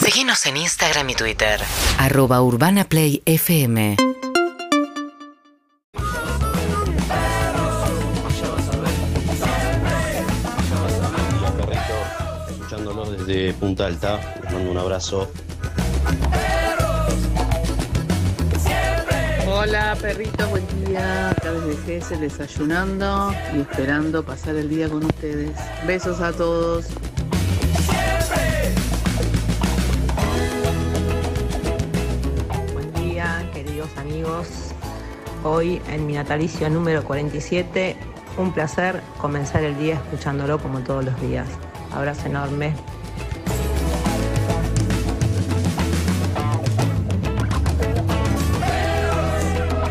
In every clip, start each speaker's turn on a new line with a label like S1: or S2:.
S1: Seguinos en Instagram y Twitter.
S2: Arroba Urbana Play FM.
S3: escuchándolo desde Punta Alta. Les mando un abrazo.
S4: Hola perritos, buen día. Acá desde GS desayunando y esperando pasar el día con ustedes. Besos a todos.
S5: Buen día, queridos amigos. Hoy en mi natalicio número 47, un placer comenzar el día escuchándolo como todos los días. Abrazo enorme.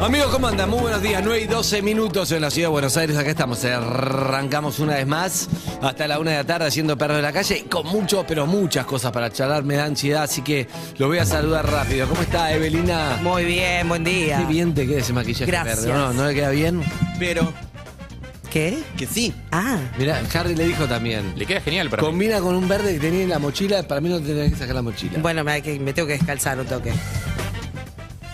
S6: Amigos, ¿cómo andan? Muy buenos días. 9 y 12 minutos en la ciudad de Buenos Aires. Acá estamos. Arrancamos una vez más. Hasta la una de la tarde haciendo perros de la calle. Con mucho, pero muchas cosas para charlar. Me da ansiedad, así que los voy a saludar rápido. ¿Cómo está, Evelina?
S7: Muy bien, buen día.
S6: Qué bien te queda ese maquillaje
S7: Gracias.
S6: verde. ¿No, ¿No le queda bien?
S8: Pero
S7: ¿Qué?
S8: que sí.
S7: Ah,
S6: Mirá, Harry le dijo también.
S9: Le queda genial para mí.
S6: Combina con un verde que tenía en la mochila. Para mí no tenés que sacar la mochila.
S7: bueno, me, hay que- me tengo que descalzar un toque.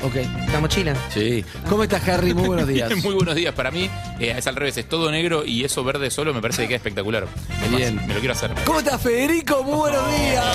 S6: Ok.
S7: ¿La mochila?
S6: Sí. ¿Cómo estás, Harry? Muy buenos días.
S9: Muy buenos días. Para mí eh, es al revés. Es todo negro y eso verde solo me parece que queda espectacular. Es más,
S6: Bien.
S9: me lo quiero hacer.
S6: ¿Cómo estás, Federico? Muy buenos días.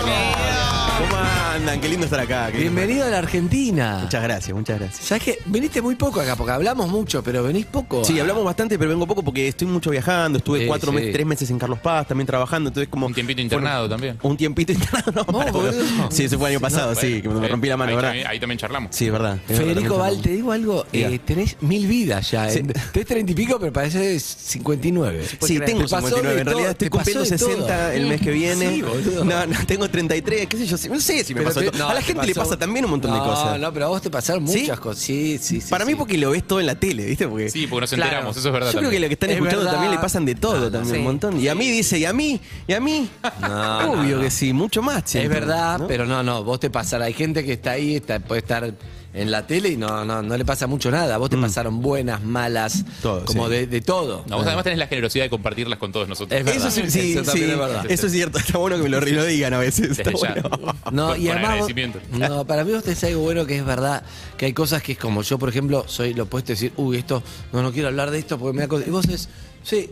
S8: ¿Cómo andan? Qué lindo estar acá. qué lindo
S6: Bienvenido a la Argentina.
S8: estar- Muchas gracias, muchas gracias.
S6: ¿Sabes que Viniste muy poco acá, porque hablamos mucho, pero venís poco.
S8: Sí, hablamos bastante, pero vengo poco porque estoy mucho viajando. Estuve
S6: Sí,
S8: cuatro
S6: sí.
S8: meses, tres meses en Carlos Paz, también trabajando. Entonces, como.
S9: Un tiempito internado también.
S8: Un tiempito internado, no, para, boludo.
S6: boludo.
S8: Sí, eso fue el año pasado, sí, que me, me rompí la mano,
S9: ahí
S8: ¿verdad?
S9: También, ahí también charlamos.
S8: Sí, es verdad. es verdad,
S6: Federico
S8: también
S6: Val, te digo algo, eh,
S8: Diga.
S6: tenés mil vidas ya.
S8: Sí.
S6: eh. Tenés treinta y pico, pero pareces 59.
S8: Sí, tengo
S6: Te pasó de
S8: 59. En
S6: todo,
S8: realidad estoy
S6: te pasó
S8: cumpliendo
S6: de
S8: 60
S6: todo.
S8: el mes que viene.
S6: Sí, boludo.
S8: No, no, tengo 33, qué sé yo. sí, No sé si me
S6: Pero
S8: pasó
S6: te-
S8: de todo.
S6: no,
S8: a la
S6: te
S8: gente le
S6: pasó-
S8: pasa también un montón de
S6: No,
S8: cosas.
S6: No, pero a vos te pasaron
S8: ¿Sí?
S6: muchas cosas. Sí, sí, sí.
S8: Para mí,
S6: sí.
S8: porque lo ves todo en la tele, ¿viste? Porque
S9: Sí, porque nos
S7: Claro.
S9: enteramos. Eso es verdad.
S8: Yo creo que
S9: también.
S8: los que están
S6: Es
S8: escuchando
S6: verdad.
S8: también le pasan de todo, también
S7: sí.
S8: un montón. Y a mí dice, y a mí, y a mí.
S6: No,
S8: Obvio
S6: no, no.
S8: que sí, mucho más.
S6: Es
S8: siempre,
S6: verdad,
S8: ¿no?
S6: pero no, no, vos te pasará. Hay gente que está ahí, está- puede estar en la tele y no, no, no le pasa mucho nada. Vos te pasaron buenas, malas,
S8: Mm. Todo,
S6: como
S8: sí.
S6: de, de todo.
S9: No, vos además tenés la generosidad de compartirlas con todos nosotros.
S6: Es
S8: Eso,
S6: verdad.
S8: sí, sí,
S6: Eso también
S8: sí,
S6: es verdad.
S8: eso es cierto, está bueno que me lo, lo digan a veces. Está
S9: Desde ya.
S8: bueno.
S6: No,
S9: Con-
S6: y además,
S9: con
S6: vos-
S9: agradecimiento.
S6: no, para mí usted es algo bueno que es verdad, que hay cosas que es como yo, por ejemplo, soy lo opuesto a decir, uy, esto, no, no quiero hablar de esto porque me da cosa. Y vos es, sí.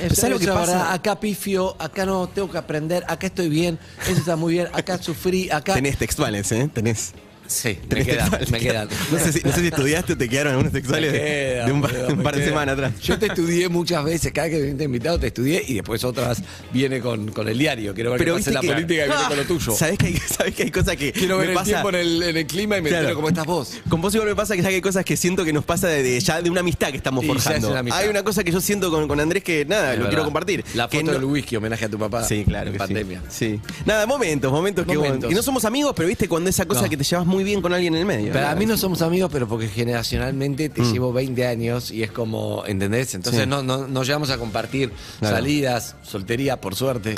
S8: Pero ¿sabes lo que
S6: Eso es
S8: pasa?
S6: verdad, acá pifio, acá no tengo que aprender, acá estoy bien, eso está muy bien, acá sufrí, acá.
S8: Tenés textuales, ¿eh? Tenés.
S6: sí, me
S8: tenés
S6: quedan,
S8: textuales.
S6: me quedan.
S8: No sé, si, no sé si estudiaste o te quedaron algunos textuales de,
S6: Me quedan,
S8: de un par,
S6: boludo,
S8: de un
S6: me
S8: par de
S6: quedan.
S8: semanas atrás.
S6: Yo te estudié muchas veces, cada vez que viniste invitado te estudié y después otras viene con, con el diario. Quiero ver
S8: Pero
S6: qué pasa en la
S8: viste que-
S6: política
S8: Ah,
S6: y viene con lo tuyo.
S8: ¿Sabés que hay, sabés que hay cosas que
S6: Quiero
S8: me
S6: ver el
S8: pasa?
S6: tiempo en el, en el clima y me
S8: Claro.
S6: entero cómo estás vos.
S8: Con vos igual me pasa que ya hay cosas que siento que nos pasa de, de- ya de una amistad que estamos
S6: Y ya es
S8: forjando.
S6: una amistad.
S8: hay una cosa que yo siento con, con Andrés que nada,
S6: Es
S8: lo quiero
S6: verdad.
S8: compartir.
S6: La
S8: que
S6: foto
S8: no-
S6: del whisky, homenaje a tu papá.
S8: Sí, claro.
S6: En
S8: que sí.
S6: pandemia.
S8: Sí. Nada, momentos, momentos, que
S6: Momentos.
S8: vos- Y no somos amigos, pero viste cuando esa cosa
S6: No.
S8: que te llevas muy bien con alguien en el medio.
S6: Para
S8: Nada,
S6: mí no
S8: sí. Mm.
S6: somos amigos, pero porque generacionalmente te llevo 20 años y es como, ¿entendés? Entonces
S8: Sí.
S6: no, no, no llegamos a compartir
S8: Claro.
S6: salidas, soltería, por suerte.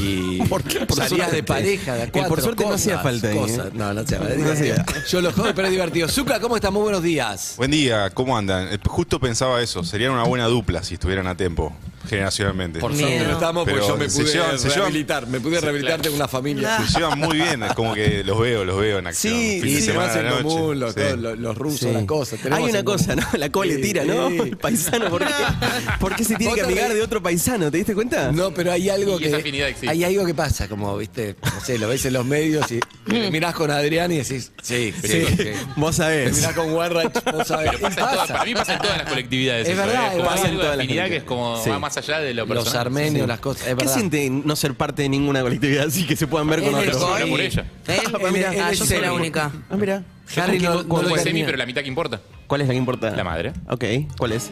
S6: Y
S8: ¿Por qué por
S6: salidas
S8: suerte?
S6: de pareja, de a
S8: El
S6: cuatro,
S8: por suerte no
S6: cosas,
S8: hacía falta ahí,
S6: cosas.
S8: ¿eh?
S6: No, no hacía falta.
S8: No hacía.
S6: Yo lo jodo, pero es divertido. Zuka, ¿cómo estás? Muy buenos días.
S10: Buen día, ¿cómo andan? Eh, Justo pensaba eso, serían una buena dupla si estuvieran a tiempo, generacionalmente.
S6: Por
S7: Miedo.
S6: suerte no estamos, porque
S10: Pero
S6: yo me
S10: se
S6: pude
S10: llevan- se llevan-
S6: rehabilitar. Me pude rehabilitar de una familia.
S10: Se llevan muy bien, es como que los veo, los veo en acción.
S8: Sí,
S10: fin
S6: Y
S10: de
S6: se
S10: semana,
S6: más en
S10: la noche.
S6: común, los,
S10: Sí.
S6: los- los rusos,
S8: Sí.
S6: las cosas. Tenemos
S8: Hay una
S6: en
S8: cosa, ¿no?
S6: común.
S8: La cola le
S6: Sí,
S8: tira, ¿no?
S6: sí.
S8: El paisano, ¿por qué? ¿Por qué se tiene
S6: Vos
S8: que
S6: te
S8: amigar
S6: reís.
S8: de otro paisano? ¿Te diste cuenta?
S6: No, pero hay algo
S9: Y
S6: que.
S9: esa afinidad existe.
S6: Hay algo que pasa, como, viste, no sé, lo ves en los medios y te mirás con Adrián y decís, sí, sí. sí.
S8: Vos
S6: Te
S8: sabés.
S6: mirás con Warrach, vos sabés.
S9: Pero pasa en todas- para mí pasa en todas las colectividades.
S6: Es
S9: eso,
S6: verdad,
S9: ¿eh?
S6: es
S9: Como
S6: verdad.
S9: hay
S6: Pasa en
S9: algo de
S8: todas las
S9: afinidad que es como
S8: Sí.
S9: va más allá de lo
S6: Los
S9: personal.
S6: armenios, las cosas. Es
S8: ¿Qué
S6: verdad.
S8: siente no ser parte de ninguna colectividad así que se puedan ver con
S7: Él
S9: Pero
S7: es
S8: otros?
S9: solo
S7: Hoy-
S9: por ella.
S7: Él-
S8: Ah,
S7: él-
S8: mirá.
S7: ah, yo soy la única.
S8: Ah, mira.
S6: Harry no- no
S9: Vos
S6: lo
S9: sos semi,
S6: termina.
S9: pero la mitad que importa.
S8: ¿Cuál es la que importa?
S9: La madre.
S8: Ok, ¿cuál es?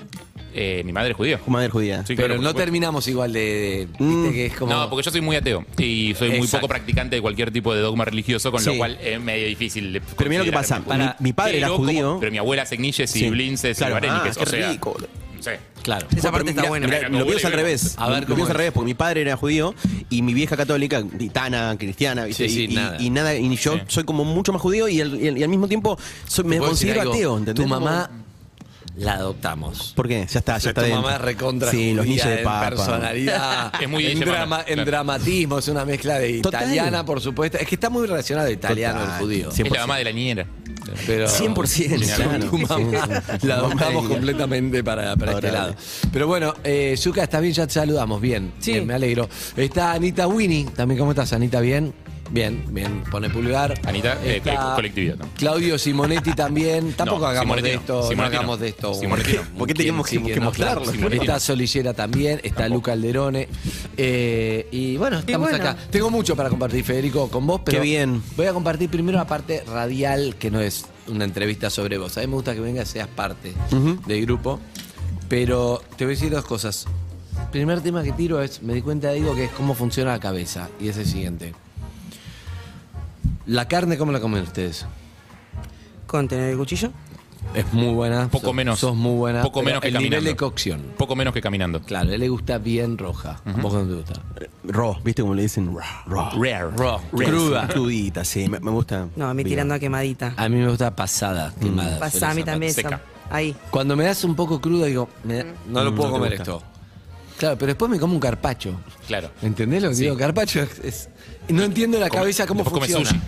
S9: Eh, mi madre es judía.
S8: Madre judía.
S9: Sí, claro,
S6: Pero
S9: por
S6: no
S9: supuesto.
S6: terminamos igual de. de-
S8: Mm.
S6: viste que es como.
S9: No, porque yo soy muy ateo y soy muy
S6: Exacto.
S9: poco practicante de cualquier tipo de dogma religioso, con
S8: Sí.
S9: lo cual es medio difícil.
S8: Pero mira lo que pasa.
S9: considerarme
S8: Mi- mi padre era
S9: Pero como-
S8: judío.
S9: Pero mi abuela Segniches
S8: Sí.
S9: y Blinces
S8: Claro.
S9: y Vareniques.
S8: Ah,
S9: o
S8: qué
S9: sea,
S8: rico, boludo.
S9: No sé.
S6: Claro.
S7: Esa parte está
S8: Mirá,
S7: buena.
S8: mirá, lo pienso al revés.
S6: A ver,
S8: lo
S6: ¿cómo
S8: pienso
S6: es?
S8: al revés, porque mi padre era judío y mi vieja católica, gitana, cristiana, ¿viste?
S6: Sí, sí,
S8: y, y-
S6: nada.
S8: y nada, y yo
S9: Sí.
S8: soy como mucho más judío y al, y al- y al mismo tiempo soy- me
S6: ¿Puedo decir
S8: considero
S6: algo?
S8: ateo, ¿entendés?
S6: Tu mamá la adoptamos.
S8: ¿Por qué? Ya está, ya
S6: Tu
S8: está dentro.
S6: mamá es recontra
S8: Sí, los
S6: judía
S8: niños de
S6: en
S8: papa.
S6: personalidad,
S9: Es muy
S6: en,
S9: Guillermo,
S6: drama, en
S9: claro.
S6: dramatismo, es una mezcla de
S8: Total.
S6: italiana, por supuesto. Es que está muy relacionado el italiano
S8: Total,
S6: el judío.
S8: sí.
S9: Es la mamá de la niñera.
S6: Pero
S8: 100%,
S6: Claro.
S8: tu mamá.
S6: La adoptamos
S8: Mamá.
S6: completamente para, para este
S8: Adorable.
S6: lado. Pero bueno, eh, Zuka, ¿estás bien? Ya te saludamos, bien.
S7: Sí.
S6: Bien, me alegro. Está Anita Winnie, también, ¿cómo estás, Anita? ¿Bien? Bien, bien, pone pulgar.
S9: Anita, eh, co- colectividad, ¿no?
S6: Claudio Simonetti también. Tampoco
S9: No,
S6: hagamos
S9: Simonetti
S6: de
S9: no,
S6: esto. No
S9: Simonetti no.
S6: hagamos de esto.
S9: Simonetti no.
S8: ¿Por qué tenemos que- que mostrarlo?
S9: Simonetti
S6: Está
S9: no.
S6: Solillera también, está
S9: Tampoco.
S6: Luca Alderone. Eh, y bueno, estamos
S7: bueno.
S6: acá. Tengo mucho para compartir, Federico, con vos, pero
S8: Qué bien.
S6: voy a compartir primero la parte radial, que no es una entrevista sobre vos. A mí me gusta que vengas seas parte del grupo. Pero te voy a decir dos cosas. Primer tema que tiro es, me di cuenta de algo que es cómo funciona la cabeza. Y es el siguiente. La carne, ¿cómo la comen ustedes?
S7: ¿Con tener el cuchillo?
S6: Es muy buena.
S9: Poco
S6: sos-
S9: menos.
S6: Sos muy buena.
S9: Poco
S6: pero
S9: menos que
S6: El
S9: caminando.
S6: nivel de cocción.
S9: Poco menos que caminando.
S6: Claro, a él le gusta bien roja. ¿A ¿Vos cómo te gusta?
S8: Raw, ¿viste cómo le dicen? Raw. Raw.
S9: Rare.
S6: Raw.
S8: Sí,
S6: Cruda.
S8: Crudita, sí, me, me gusta.
S7: No, a mí
S8: Viva.
S7: tirando a quemadita.
S8: Ah,
S6: A mí me gusta
S8: Mm.
S6: pasada, quemada.
S7: Pasa a mí
S6: suele ser.
S7: también
S9: seca.
S7: esa. Ahí.
S6: Cuando me das un poco crudo, digo, me- no lo
S8: Mm,
S6: puedo
S8: no te
S6: comer
S8: gusta.
S6: esto. Claro, pero después me como un carpacho.
S9: Claro.
S6: ¿Entendés lo que digo? Carpacho es, es-
S8: Eh,
S6: No entiendo la
S9: Come-
S6: cabeza cómo
S9: después comes
S6: funciona.
S9: sushi.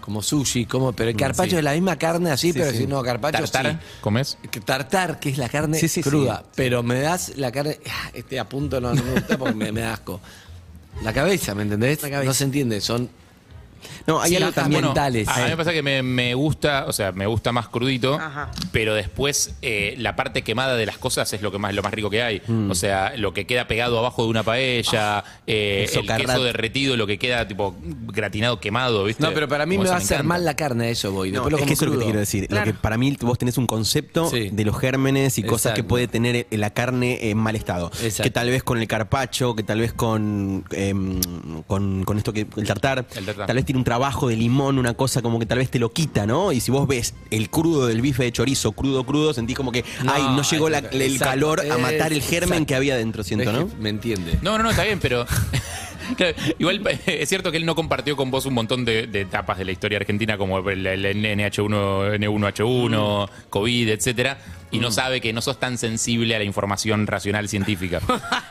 S6: Como sushi, como, pero el carpacho
S9: sí.
S6: es la misma carne así, pero
S8: Mm, sí.
S6: si no, carpacho
S9: Tartar,
S6: sí.
S9: ¿comes?
S6: Que Tartar, que es la carne
S8: Sí, sí,
S6: cruda,
S8: sí.
S6: pero me das la carne. ah, Este a punto no, no me gusta porque me, me da asco. La cabeza, ¿me entendés?
S7: La cabeza.
S6: No se entiende, son.
S8: No, hay
S6: Sí,
S8: algo
S6: ajá,
S8: también.
S6: bueno. Mentales.
S9: ah, a mí me pasa que me, me gusta, o sea, me gusta más crudito,
S7: Ajá.
S9: pero después eh, la parte quemada de las cosas es lo que más lo más rico que hay.
S6: Mm.
S9: O sea, lo que queda pegado abajo de una paella, eh,
S8: el
S9: el
S8: socarrat.
S9: queso derretido, lo que queda tipo gratinado quemado, ¿viste?
S6: No, pero para mí
S9: Como
S6: me
S9: eso
S6: va a hacer
S9: encanta.
S6: mal la carne, a eso voy.
S8: No,
S6: Después lo
S8: es
S6: como
S8: que eso es lo que te
S6: crudo.
S8: quiero decir. Lo
S7: Claro.
S8: que para mí vos tenés un concepto
S6: Sí.
S8: de los gérmenes y cosas que
S6: Exacto.
S8: puede tener eh, la carne en mal estado.
S6: Exacto.
S8: Que tal vez con el carpacho, que tal vez con, em, con, con esto que el tartar,
S9: El tartar.
S8: tal vez tiene un trabajo de limón, una cosa como que tal vez te lo quita, ¿no? Y si vos ves el crudo del bife de chorizo, crudo, crudo, sentís como que,
S6: No,
S8: ay, no llegó la-
S6: exacto,
S8: el
S6: exacto,
S8: calor a matar el germen
S6: exacto.
S8: que había adentro, siento,
S6: Es que
S8: ¿no?
S6: Me entiende.
S9: No, no, no, está bien, pero. Claro, igual eh, es cierto que él no compartió con vos un montón de, de etapas de la historia argentina como el, el NH1, N1H1, COVID, etcétera, y no sabe que no sos tan sensible a la información racional científica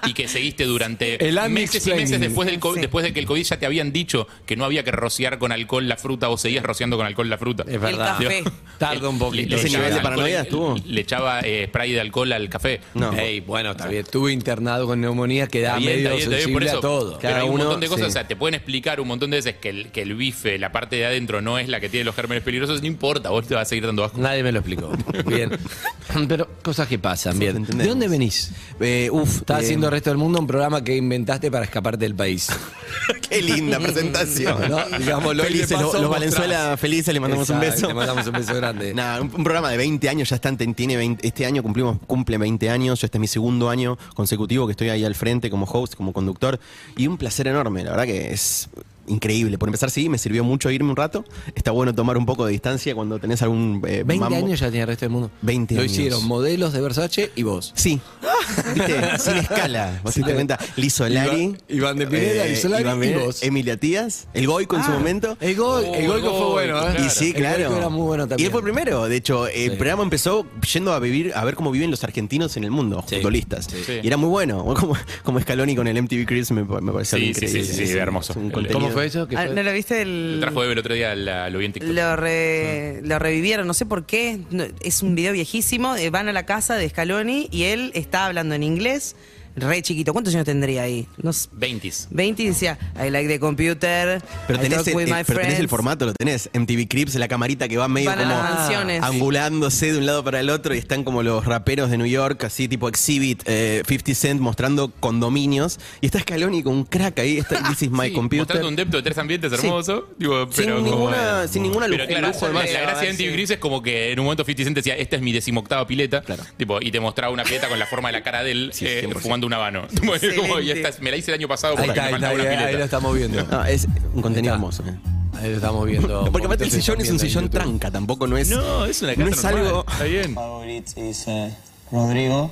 S9: y que seguiste durante
S6: El
S9: meses y meses
S6: unexplained.
S9: después, del COVID,
S7: Sí.
S9: después de que el COVID ya te habían dicho que no había que rociar con alcohol la fruta o seguías rociando con alcohol la fruta.
S6: Es verdad.
S7: café.
S6: Tarda un poquito.
S8: Ese
S9: echaba
S8: nivel de
S9: alcohol,
S8: paranoia estuvo.
S9: Le echaba eh, spray de alcohol al café.
S8: No.
S6: Ey, bueno, está bien. Estuve internado con neumonía, queda
S9: Está bien,
S6: medio
S9: está bien, está bien, por
S6: sensible a
S9: eso.
S6: todo.
S9: Pero
S8: Cada
S9: hay un
S8: uno,
S9: montón de cosas.
S8: sí.
S9: O sea, te pueden explicar un montón de veces que el, que el bife, la parte de adentro, no es la que tiene los gérmenes peligrosos. No importa, vos te vas a seguir dando asco.
S6: Nadie me lo explicó. Bien. Pero cosas que pasan, bien. ¿De
S8: entendemos.
S6: dónde venís?
S8: Eh, uf,
S6: Estás
S8: eh,
S6: haciendo Resto del Mundo un programa que inventaste para escaparte del país.
S8: Qué linda presentación.
S6: No, digámoslo, hoy
S8: felices,
S6: le
S8: los
S6: pasó, mostrás.
S8: los Valenzuela felices, le mandamos un
S6: Exacto,
S8: beso.
S6: Te mandamos un beso grande.
S8: Nada, un, un programa de 20 años, ya están, ten- tiene 20 este año cumplimos, cumple 20 años, yo este es mi segundo año consecutivo que estoy ahí al frente como host, como conductor, y un placer enorme, la verdad que es increíble. Por empezar, sí, me sirvió mucho irme un rato, está bueno tomar un poco de distancia cuando tenés algún... eh,
S6: 20
S8: mambo.
S6: años ya tiene Resto del Mundo.
S8: 20
S6: Lo
S8: años.
S6: hicieron modelos de Versace y vos.
S8: Sí, ¿Viste? sin escala. Vos
S6: Sí,
S8: te das
S6: le-
S8: cuenta, Lisolari.
S6: Iván- Iván de Pineda, Lisolari
S8: Iván
S6: y
S8: Pineda,
S6: vos. Ah,
S8: Emilia Tías, el Goico en su momento.
S6: El gol, el
S9: Oh,
S6: gol que fue
S9: gol,
S6: bueno, ¿eh?
S9: claro.
S8: Y sí,
S6: El
S8: claro.
S6: gol era muy bueno también.
S8: Y él fue el primero. De hecho, el
S6: Sí.
S8: programa empezó yendo a vivir, a ver cómo viven los argentinos en el mundo,
S6: Sí.
S8: futbolistas.
S9: Sí.
S8: Y era muy bueno. Como, como Scaloni con el MTV Cribs me, me pareció
S9: Sí, sí,
S8: increíble.
S9: sí, sí, sí,
S8: Es
S9: hermoso.
S8: un
S9: El-
S8: contenido-
S6: ¿Cómo fue eso? ¿Qué
S7: Ah,
S6: fue?
S7: ¿No lo viste el.?
S9: El trajo de el otro día, la- lo vi en TikTok.
S7: Lo, re- lo revivieron, no sé por qué. no- es un video viejísimo. eh, van a la casa de Scaloni y él está hablando en inglés, re chiquito. ¿Cuántos años tendría ahí? No sé,
S9: 20s.
S7: 20 y decía, I like the computer.
S8: Pero
S7: I
S8: tenés,
S7: talk
S8: el,
S7: with my
S8: el- pero tenés el
S7: friends".
S8: formato, lo tenés. MTV Cribs, la camarita que va medio
S7: Van a
S8: como
S7: las mansiones.
S8: angulándose de un lado para el otro y están como los raperos de New York, así tipo Exhibit, eh, 50 Cent mostrando condominios. Y está Scaloni con un crack ahí. Está, This is my
S9: Sí,
S8: computer.
S9: Mostrando un depto de tres ambientes
S8: Sí.
S9: hermoso. Digo,
S8: Sin
S9: pero como-
S8: ninguna, sin ninguna
S9: Pero
S8: luz.
S9: claro,
S8: lujo de
S9: la,
S8: más.
S9: la gracia de MTV Gris es como que en un momento 50 Cent decía, esta es mi decimoctava pileta.
S8: Claro.
S9: Tipo, y te mostraba una pileta con la forma de la cara de él
S8: Sí,
S9: eh,
S8: 100%.
S9: fumando un habano. Como, y esta es- me la hice el año pasado
S6: Ahí
S9: porque
S6: está,
S9: me
S6: ahí está,
S9: faltaba una
S6: ahí- ahí lo
S9: pileta.
S6: estamos viendo.
S8: No, es un contenido
S6: Ahí
S8: hermoso. eh.
S6: está. Ahí lo estamos viendo.
S8: Porque aparte el
S6: Momentos
S8: sillón es un
S6: también
S8: sillón
S6: en YouTube.
S8: tranca, tampoco no es.
S9: No, es una
S8: No
S9: casa
S8: es
S9: normal,
S8: algo.
S9: Está bien.
S11: favorite is uh, Rodrigo.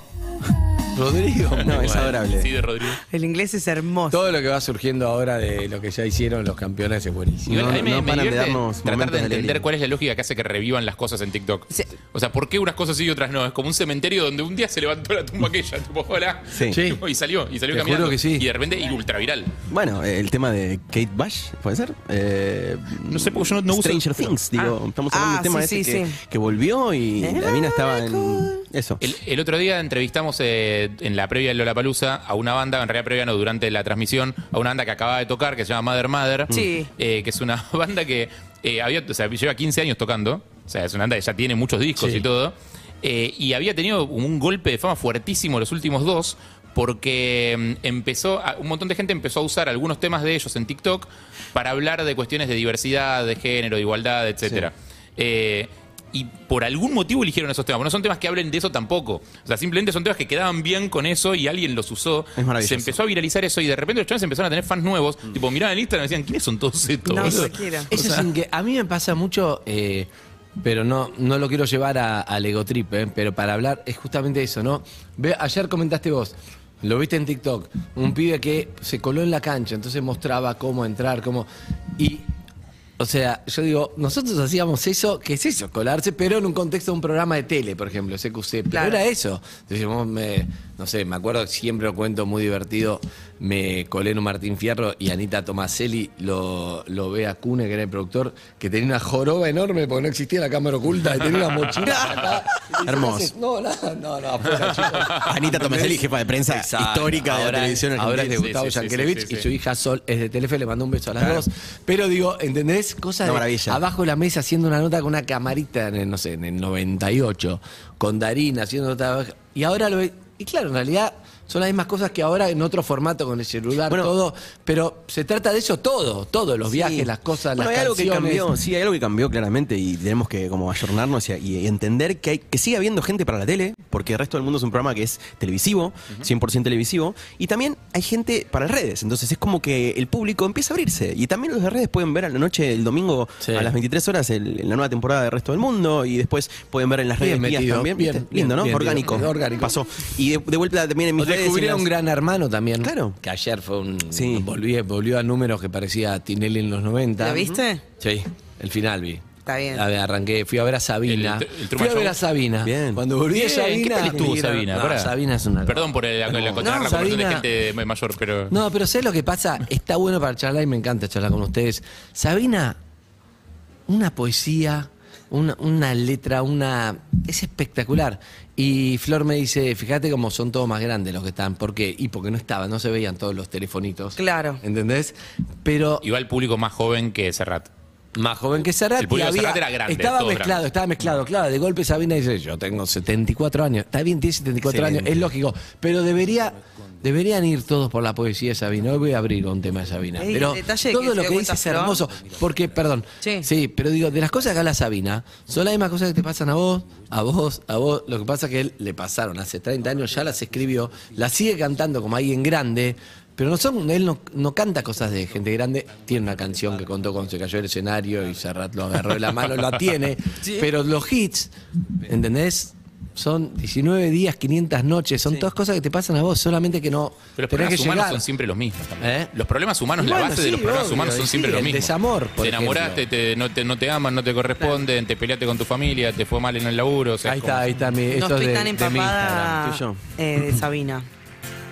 S6: Rodrigo.
S8: No, es
S9: Bueno,
S8: adorable.
S9: Sí, de Rodrigo.
S7: El inglés es hermoso.
S6: Todo lo que va surgiendo ahora de lo que ya hicieron los campeones es buenísimo.
S9: Igual
S8: No,
S9: a mí me,
S8: no
S9: me
S8: paran de
S9: divierte
S8: darnos
S9: tratar
S8: momentos
S9: de
S8: de
S9: entender
S8: alegría.
S9: cuál es la lógica que hace que revivan las cosas en TikTok.
S7: Sí.
S9: O sea, ¿por qué unas cosas sí y otras no? Es como un cementerio donde un día se levantó la tumba aquella, tipo, hola.
S8: Sí.
S6: Sí.
S9: Y salió, y salió
S6: Te
S9: caminando.
S6: juro que sí.
S9: Y de repente, y ultraviral.
S8: Bueno, eh, el tema de Kate Bush, ¿puede ser? Eh,
S9: No sé, porque yo no- no uso-
S8: Stranger Things, digo. Estamos hablando
S7: Ah,
S8: del tema
S7: sí,
S8: ese
S7: sí,
S8: que,
S7: sí.
S8: que volvió y la mina estaba en. Eso.
S9: El, el otro día entrevistamos eh, en la previa de Lollapalooza a una banda, en realidad previa no, durante la transmisión, a una banda que acababa de tocar que se llama Mother Mother.
S8: Mm.
S7: Sí.
S9: eh, que es una banda que eh, había, o sea, lleva 15 años tocando. O sea, es una banda que ya tiene muchos discos
S6: Sí.
S9: y todo. eh, y había tenido un golpe de fama fuertísimo los últimos dos. Porque mm, empezó, a- un montón de gente empezó a usar algunos temas de ellos en TikTok para hablar de cuestiones de diversidad, de género, de igualdad, etcétera. Eh, y por algún motivo eligieron esos temas. Bueno, no son temas que hablen de eso tampoco. O sea, simplemente son temas que quedaban bien con eso y alguien los usó.
S8: Es maravilloso.
S9: Se empezó a viralizar eso y de repente los chavales empezaron a tener fans nuevos.
S6: Mm.
S9: Tipo, miraban el Instagram y decían, ¿quiénes son todos estos?
S7: No,
S9: boludo?".
S7: siquiera.
S6: Eso es inque- a mí me pasa mucho, eh, pero no, no lo quiero llevar a, al ego trip, eh, pero para hablar es justamente eso, ¿no? Ve, ayer comentaste vos, lo viste en TikTok, un pibe que se coló en la cancha, entonces mostraba cómo entrar, cómo... Y, o sea, yo digo, nosotros hacíamos eso, que es eso, colarse, pero en un contexto de un programa de tele, por ejemplo, CQC. Pero
S7: Claro.
S6: era eso. Entonces, vos me- no sé, me acuerdo, siempre lo cuento muy divertido, me colé en un Martín Fierro y Anita Tomaselli lo, lo ve a Cune, que era el productor, que tenía una joroba enorme porque no existía la cámara oculta y tenía una mochila. acá. Y dice,
S8: Hermoso.
S6: "¿Qué haces?". No, nada, no, no, afuera, chicos.
S8: Anita Tomaselli, jefa de prensa
S6: Exacto.
S8: histórica de la
S6: Ahora-
S8: televisión
S6: Ahora es de
S8: argentina.
S6: Gustavo
S9: Sí, sí, sí,
S6: Yankelevich
S9: sí, sí,
S6: y
S9: sí.
S6: su hija Sol es de Telefe, le mando un beso a las
S8: Claro.
S6: dos. Pero digo, ¿entendés? Cosa
S8: Una
S6: de
S8: maravilla.
S6: abajo de la mesa haciendo una nota con una camarita, en el, no sé, en el 98, con Darín haciendo nota. Y ahora lo ve- Y claro, en realidad son las mismas cosas que ahora en otro formato, con el celular,
S8: Bueno.
S6: todo. Pero se trata de eso todo, todo, los
S8: Sí.
S6: viajes, las cosas,
S8: Bueno,
S6: las
S8: hay algo que
S6: canciones.
S8: cambió, sí, hay algo que cambió claramente y tenemos que como ayornarnos y, y entender que, hay, que sigue habiendo gente para la tele, porque el resto del mundo es un programa que es televisivo, 100% televisivo, y también hay gente para las redes, entonces es como que el público empieza a abrirse, y también los de redes pueden ver a la noche, el domingo
S6: Sí.
S8: a las 23 horas, el- en la nueva temporada del resto del mundo, y después pueden ver en las
S6: Bien
S8: redes mías
S6: metido,
S8: también,
S6: bien,
S8: ¿viste?
S6: bien,
S8: lindo, ¿no?
S6: bien,
S8: orgánico,
S6: bien, orgánico.
S8: pasó. Y de, de vuelta también en mis
S6: O
S8: redes... en
S6: descubrir a
S8: las-
S6: un gran hermano también.
S8: Claro.
S6: Que ayer fue un.
S8: Sí.
S6: Volvió, volvió a números que parecía Tinelli en los 90.
S7: ¿Lo viste?
S6: Sí, el final vi.
S7: Está bien.
S6: A ver, arranqué, fui a ver a Sabina.
S9: El- el
S6: fui
S9: Truman
S6: a ver
S9: Show.
S6: a Sabina.
S8: Bien.
S6: Cuando volví a
S9: Bien,
S6: Sabina.
S9: ¿Qué peli estuvo
S6: Mira,
S9: Sabina?
S6: no,
S9: Pará.
S6: Sabina es una.
S9: Perdón por el- la, la, la- la
S6: No,
S9: conversación
S6: Sabina-
S9: de gente mayor, pero.
S6: No, pero ¿sabes lo que pasa? Está bueno para charlar y me encanta charlar con ustedes. Sabina, una poesía, una, una letra, una. Es espectacular. Y Flor me dice, fíjate cómo son todos más grandes los que están. ¿Por qué? Y porque no estaban, no se veían todos los telefonitos.
S7: Claro.
S6: ¿Entendés? Pero
S9: Y va el público más joven que Serrat.
S6: más joven que Serrat.
S9: El público
S6: y
S9: de
S6: había-
S9: Serrat era grande, Mm.
S6: Estaba
S9: todos
S6: mezclado,
S9: grandes.
S6: estaba mezclado, claro. De golpe Sabina dice, yo tengo 74 años. Está bien, tiene 74 años,
S8: Excelente.
S6: es lógico. Pero debería, deberían ir todos por la poesía de Sabina. Hoy voy a abrir un tema de Sabina.
S7: Ey,
S6: Pero
S7: el detalle que
S6: todo
S7: se
S6: lo
S7: dio
S6: que
S7: cuenta
S6: dice es
S7: Flor.
S6: hermoso. Porque, perdón, sí.
S7: Sí.
S6: pero digo, de las cosas que habla Sabina, son las mismas cosas que te pasan a vos, a vos, a vos. Lo que pasa es que él le pasaron hace 30 años, ya las escribió, las sigue cantando como alguien grande. Pero no son, él no, no canta cosas de gente grande. Tiene una canción que contó cuando se cayó el escenario y Serrat lo agarró de la mano, la tiene. Pero los hits, ¿entendés? Son 19 días, 500 noches. Son todas cosas que te pasan a vos, solamente que no.
S9: Pero
S6: tenés
S9: los problemas
S6: que
S9: humanos
S6: llegar.
S9: son siempre los mismos también.
S6: ¿Eh?
S9: Los problemas humanos, la
S6: Bueno,
S9: base
S6: sí,
S9: de los problemas
S6: obvio,
S9: humanos
S6: y
S9: son
S6: sí,
S9: siempre los
S6: el
S9: mismos.
S6: desamor, por
S9: te enamoraste, te, no, te, no te aman, no te corresponden, te peleaste con tu familia, te fue mal en el laburo. o sea,
S6: Ahí
S9: es como-
S6: está, ahí está. Mi,
S7: No
S6: esto es
S7: estoy
S6: de-
S7: tan
S6: de mi Instagram.
S7: empapada
S8: tuyo.
S7: eh, de Sabina.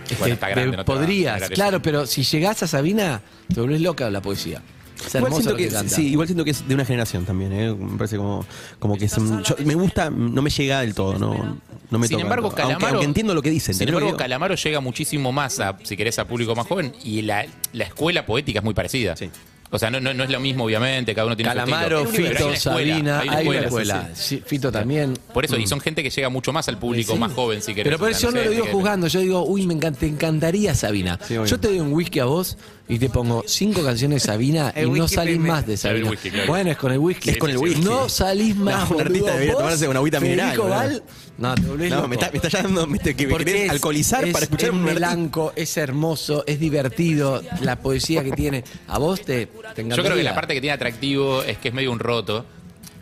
S6: Este,
S9: Bueno, está grande,
S6: te-
S9: no te va a
S6: podrías,
S9: agradar eso.
S6: claro, pero si llegás a Sabina, te volvés loca la poesía. Es
S8: Igual
S6: hermoso
S8: siento,
S6: lo que,
S8: que,
S6: canta.
S8: sí, igual siento que es de una generación también, ¿eh? Me parece como, como que es un- yo- me gusta, no me llega del todo, no, no me
S9: Sin
S8: toca
S9: embargo,
S8: del todo. Aunque-
S9: Calamaro.
S8: Aunque, entiendo lo que dicen.
S9: Sin
S8: ¿entendés lo que
S9: embargo,
S8: digo?
S9: Calamaro llega muchísimo más a, si querés, a público más joven. Y la, la escuela poética es muy parecida.
S8: Sí.
S9: O sea, no, no, no es lo mismo, obviamente, cada uno tiene
S6: Calamaro,
S9: su estilo. Pero
S6: Fito, Sabina,
S9: hay una escuela. hay una escuela, sí,
S6: Sí, Fito también.
S9: sí. Por eso, y son gente que llega mucho más al público
S6: Mm. Sí.
S9: más joven, si querés.
S6: Pero por eso yo no lo digo juzgando, yo digo, uy, me encanta, te encantaría Sabina.
S8: Sí, obvio.
S6: yo te doy un whisky a vos y te pongo cinco canciones de Sabina y
S7: El
S6: no
S7: whisky
S6: salís
S7: primero.
S6: más de
S9: Ya, el
S6: Sabina.
S9: whisky, claro.
S6: Bueno, es con el whisky.
S8: Es con el whisky.
S6: No salís más,
S8: No, un
S6: boludo.
S8: artista debería
S6: Vos,
S8: tomarse una agüita mineral,
S6: Federico
S8: boludo.
S6: Val, no, te volvés
S8: No,
S6: loco.
S8: me está, me está ya dando me te- que me
S6: Porque
S8: querés
S6: es-
S8: alcoholizar
S6: es-
S8: para escuchar
S6: es
S8: un arti-
S6: blanco, es hermoso, es divertido, la poesía que tiene. A vos te, te
S9: Yo creo que
S6: encantaría.
S9: la parte que tiene atractivo es que es medio un roto.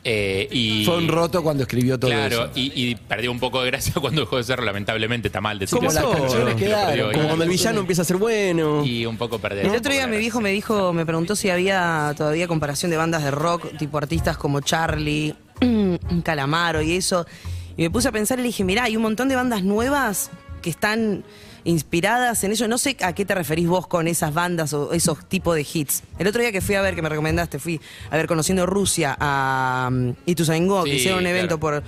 S9: Eh, y,
S6: Fue un roto cuando escribió todo
S9: Claro,
S6: eso.
S9: y, y perdió un poco de gracia cuando dejó de serlo, lamentablemente está mal. decir
S6: Como
S9: eso,
S6: las
S9: pero-
S6: canciones
S9: pero
S6: quedaron,
S9: perdió,
S8: Como
S9: y-
S8: cuando el villano empieza a ser bueno.
S9: Y un poco perder.
S7: El otro día mi viejo me dijo, me preguntó si había todavía comparación de bandas de rock, tipo artistas como Charlie, Calamaro y eso. Y me puse a pensar y le dije, mirá, hay un montón de bandas nuevas que están inspiradas en eso. No sé a qué te referís vos con esas bandas o esos tipos de hits. El otro día que fui a ver, que me recomendaste, fui a ver Conociendo Rusia a Ituzaingó, que
S9: Sí,
S7: hicieron un evento por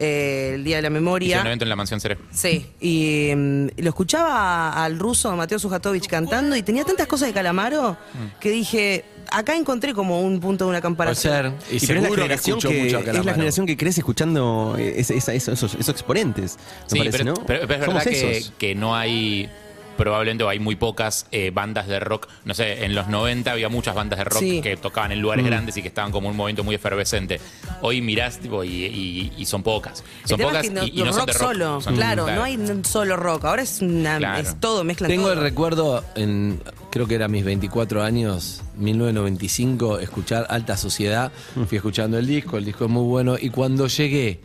S7: eh, el Día de la Memoria.
S9: Hizo un evento en la mansión Ceré.
S7: Sí, y mm, lo escuchaba al ruso Mateo Sujatovich cantando y tenía tantas cosas de Calamaro
S9: Mm.
S7: que dije, acá encontré como un punto de una
S6: Puede
S7: comparación.
S6: ser. Y,
S8: Y pero es
S6: seguro
S8: la
S6: que
S8: generación
S6: escuchó
S8: que,
S6: mucho a
S8: es la
S6: Calamaro.
S8: generación que crece escuchando eh, es- es- esos, esos- esos exponentes. Me
S9: Sí,
S8: parece,
S9: pero,
S8: ¿no?
S9: pero- pero es
S8: Somos
S9: verdad que,
S8: esos.
S9: que no hay. Probablemente o hay muy pocas eh, bandas de rock. No sé, en los 90 había muchas bandas de rock
S7: Sí. Mm.
S9: que tocaban en lugares grandes y que estaban como en un momento muy efervescente. Hoy mirás tipo, y, y- y son pocas.
S7: El
S9: Son
S7: tema
S9: pocas
S7: es que no-
S9: y, y no son
S7: rock
S9: de rock.
S7: solo,
S9: Son-
S7: claro, no hay un solo rock, ahora es, una-
S9: Claro.
S7: es todo, mezclan
S6: Tengo el
S7: todo.
S6: recuerdo, en, creo que era mis 24 años, 1995, escuchar Alta Sociedad.
S9: Mm.
S6: Fui escuchando el disco, el disco es muy bueno. Y cuando llegué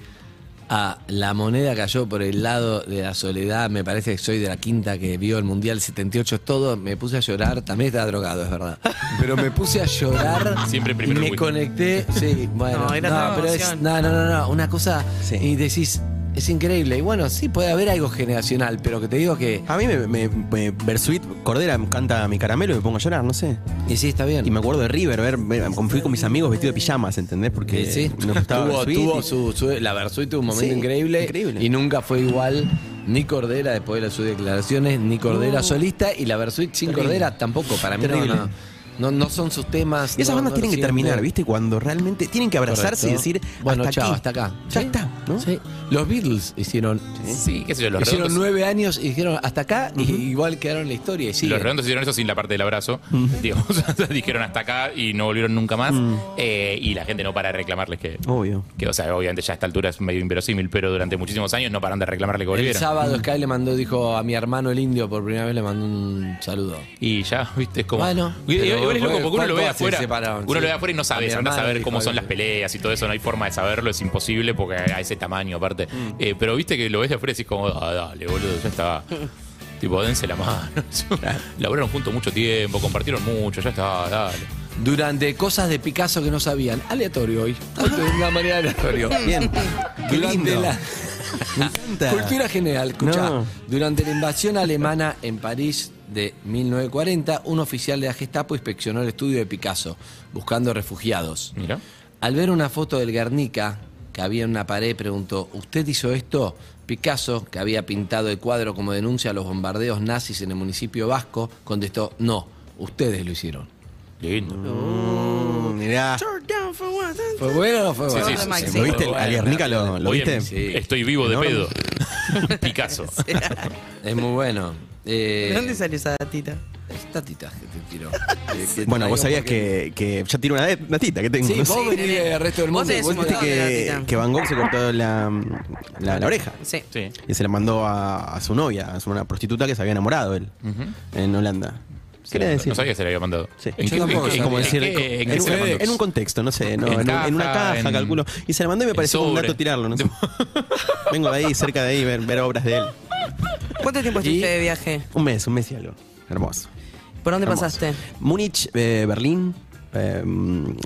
S6: a La Moneda Cayó por el lado de la soledad, me parece que soy de la quinta que vio el Mundial 78, todo, me puse a llorar. También estaba drogado, es verdad. Pero me puse a llorar.
S9: Siempre
S6: y
S9: primero el
S6: me
S9: whisky.
S6: conecté. Sí, bueno.
S7: No, era otra
S6: pero es,
S7: emoción.
S6: no, no, no, no, una cosa.
S8: Sí.
S6: Y decís, es increíble. Y bueno, sí, puede haber algo generacional, pero que te digo que.
S8: A mí me, me, me- Bersuit Cordera canta mi caramelo y me pongo a llorar, no sé.
S6: Y sí, está bien.
S8: Y me acuerdo de River, ver, ver- fui con mis amigos vestidos de pijamas, ¿entendés? Porque
S6: Sí, sí.
S8: nos gustaba
S6: tuvo,
S8: Bersuit
S6: tuvo
S8: y-
S6: su, su- la Versuit tuvo un momento
S8: Sí,
S6: increíble,
S8: increíble.
S6: y nunca fue igual ni Cordera después de las- sus declaraciones, ni Cordera solista y la Versuit sin
S8: Terrible.
S6: Cordera tampoco, para mí no,
S8: Terrible.
S6: no, no, no son sus temas.
S8: Y esas
S6: no-
S8: bandas
S6: no
S8: tienen que
S6: siempre.
S8: terminar, ¿viste? Cuando realmente tienen que
S6: Correcto.
S8: abrazarse y decir,
S6: bueno,
S8: hasta
S6: chao,
S8: aquí.
S6: hasta acá.
S8: Ya
S6: Sí.
S8: está, ¿no?
S6: Sí. Los Beatles hicieron
S9: Sí, qué sé yo, los
S6: hicieron
S9: redondos,
S6: nueve años y dijeron hasta acá y igual quedaron en la historia y
S9: los
S6: siguen.
S9: redondos hicieron eso sin la parte del abrazo.
S7: Mm.
S9: digamos, o sea, dijeron hasta acá y no volvieron nunca más. Eh, y la gente no para de reclamarles que,
S8: Obvio.
S9: que, o sea, obviamente ya a esta altura es medio inverosímil, pero durante muchísimos años no paran de reclamarle que
S6: El
S9: volvieron.
S6: sábado Sky le mandó, dijo a mi hermano el indio por primera vez le mandó un saludo.
S9: Y ya, viste, es como.
S8: Ah,
S6: Bueno,
S9: Y- y-
S6: pero
S9: igual es loco, porque uno lo ve
S6: ¿cuánto hace
S9: afuera.
S6: separaron?
S9: uno
S6: Sí.
S9: lo ve afuera y no
S6: A mi
S9: sabe, anda a
S6: hermano
S9: saber
S6: dijo
S9: cómo son
S6: algo.
S9: las peleas y todo eso, no hay forma de saberlo, es imposible porque a ese tamaño aparte.
S8: Mm.
S9: Eh, pero viste que lo ves de afuera y decís como, ah, dale, boludo, ya está. tipo, dense la mano. Laboraron juntos mucho tiempo, compartieron mucho, ya está, dale.
S6: Durante cosas de Picasso que no sabían. Aleatorio hoy. Hoy de una manera aleatoria.
S8: Bien. Qué
S6: Durante
S8: lindo.
S6: la
S8: Me encanta.
S6: cultura general, escuchá.
S8: No.
S6: Durante la invasión alemana en París de 1940, un oficial de la Gestapo inspeccionó el estudio de Picasso, buscando refugiados.
S9: Mira.
S6: Al ver una foto del Guernica que había en una pared, preguntó, ¿usted hizo esto? Picasso, que había pintado el cuadro como denuncia a los bombardeos nazis en el municipio vasco, contestó, no, ustedes lo hicieron.
S9: Lindo.
S8: Mm, mirá.
S6: ¿Fue bueno o no fue
S9: Sí,
S6: bueno?
S9: sí, sí,
S7: Maxi.
S9: sí.
S8: ¿Lo viste?
S9: Bueno,
S8: ¿Al Guernica lo, lo
S9: Hoy
S8: viste?
S9: em-
S6: Sí.
S9: Estoy vivo de
S8: Enorme.
S9: pedo. Picasso.
S6: Es muy bueno. Eh,
S7: ¿De dónde salió esa datita?
S6: Esta tita que te tiró. Eh, que
S8: Bueno, vos
S6: traigo
S8: sabías
S6: porque-
S8: que, que ya tiene una de- datita que tengo.
S6: Sí,
S8: no sé.
S6: vos venís del resto del
S7: Vos
S6: mundo. y
S7: tenés
S6: vos
S7: un
S8: Viste
S6: tenés-
S7: montón de
S8: que,
S7: datita.
S8: que Van Gogh se cortó la, la, la oreja.
S7: Sí.
S9: Sí.
S8: Y se la mandó a, a su novia, a su- una prostituta que se había enamorado él en Holanda. ¿Qué le decir?
S9: No sabía que se le había mandado.
S8: Sí.
S9: ¿En
S6: Yo
S9: qué-
S6: tampoco
S9: en qué-
S8: Es como
S9: en
S8: decir,
S9: qué- en
S8: en,
S9: qué
S8: un,
S9: se le mandó?
S8: en un contexto, no sé, no,
S9: En
S8: en, un- en una
S9: caja,
S8: caja,
S9: en-
S8: calculo. Y se la mandó y me
S9: en
S8: pareció como un
S9: sobre.
S8: dato tirarlo, no sé. Vengo de ahí, cerca de ahí, ver, ver obras de él.
S7: ¿Cuánto tiempo estuviste de viaje?
S8: Un mes, un mes y algo. Hermoso.
S7: ¿Por dónde
S8: hermoso.
S7: pasaste?
S8: Múnich, eh, Berlín, eh,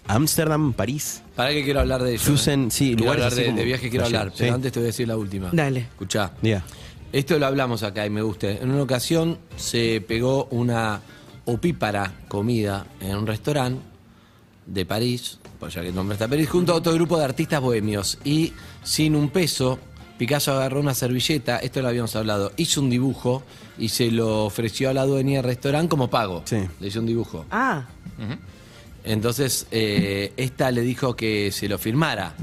S8: Ámsterdam, París.
S6: ¿Para qué quiero hablar de eso?
S8: Susan, sí,
S6: quiero
S8: lugares
S6: hablar
S8: así
S6: de,
S8: como-
S6: de viajes, quiero
S8: Ayer,
S6: hablar. Pero
S8: sí.
S6: antes te voy a decir la última.
S7: Dale.
S6: Escuchá.
S8: Ya.
S6: Esto lo hablamos acá y me gusta. En una ocasión se pegó una opípara comida en un restaurante de París, pues ya que el nombre está París, junto a otro grupo de artistas bohemios. Y sin un peso, Picasso agarró una servilleta, esto lo habíamos hablado, hizo un dibujo y se lo ofreció a la dueña del restaurante como pago.
S8: Sí.
S6: Le hizo un dibujo.
S7: Ah,
S6: Entonces, eh, esta le dijo que se lo firmara,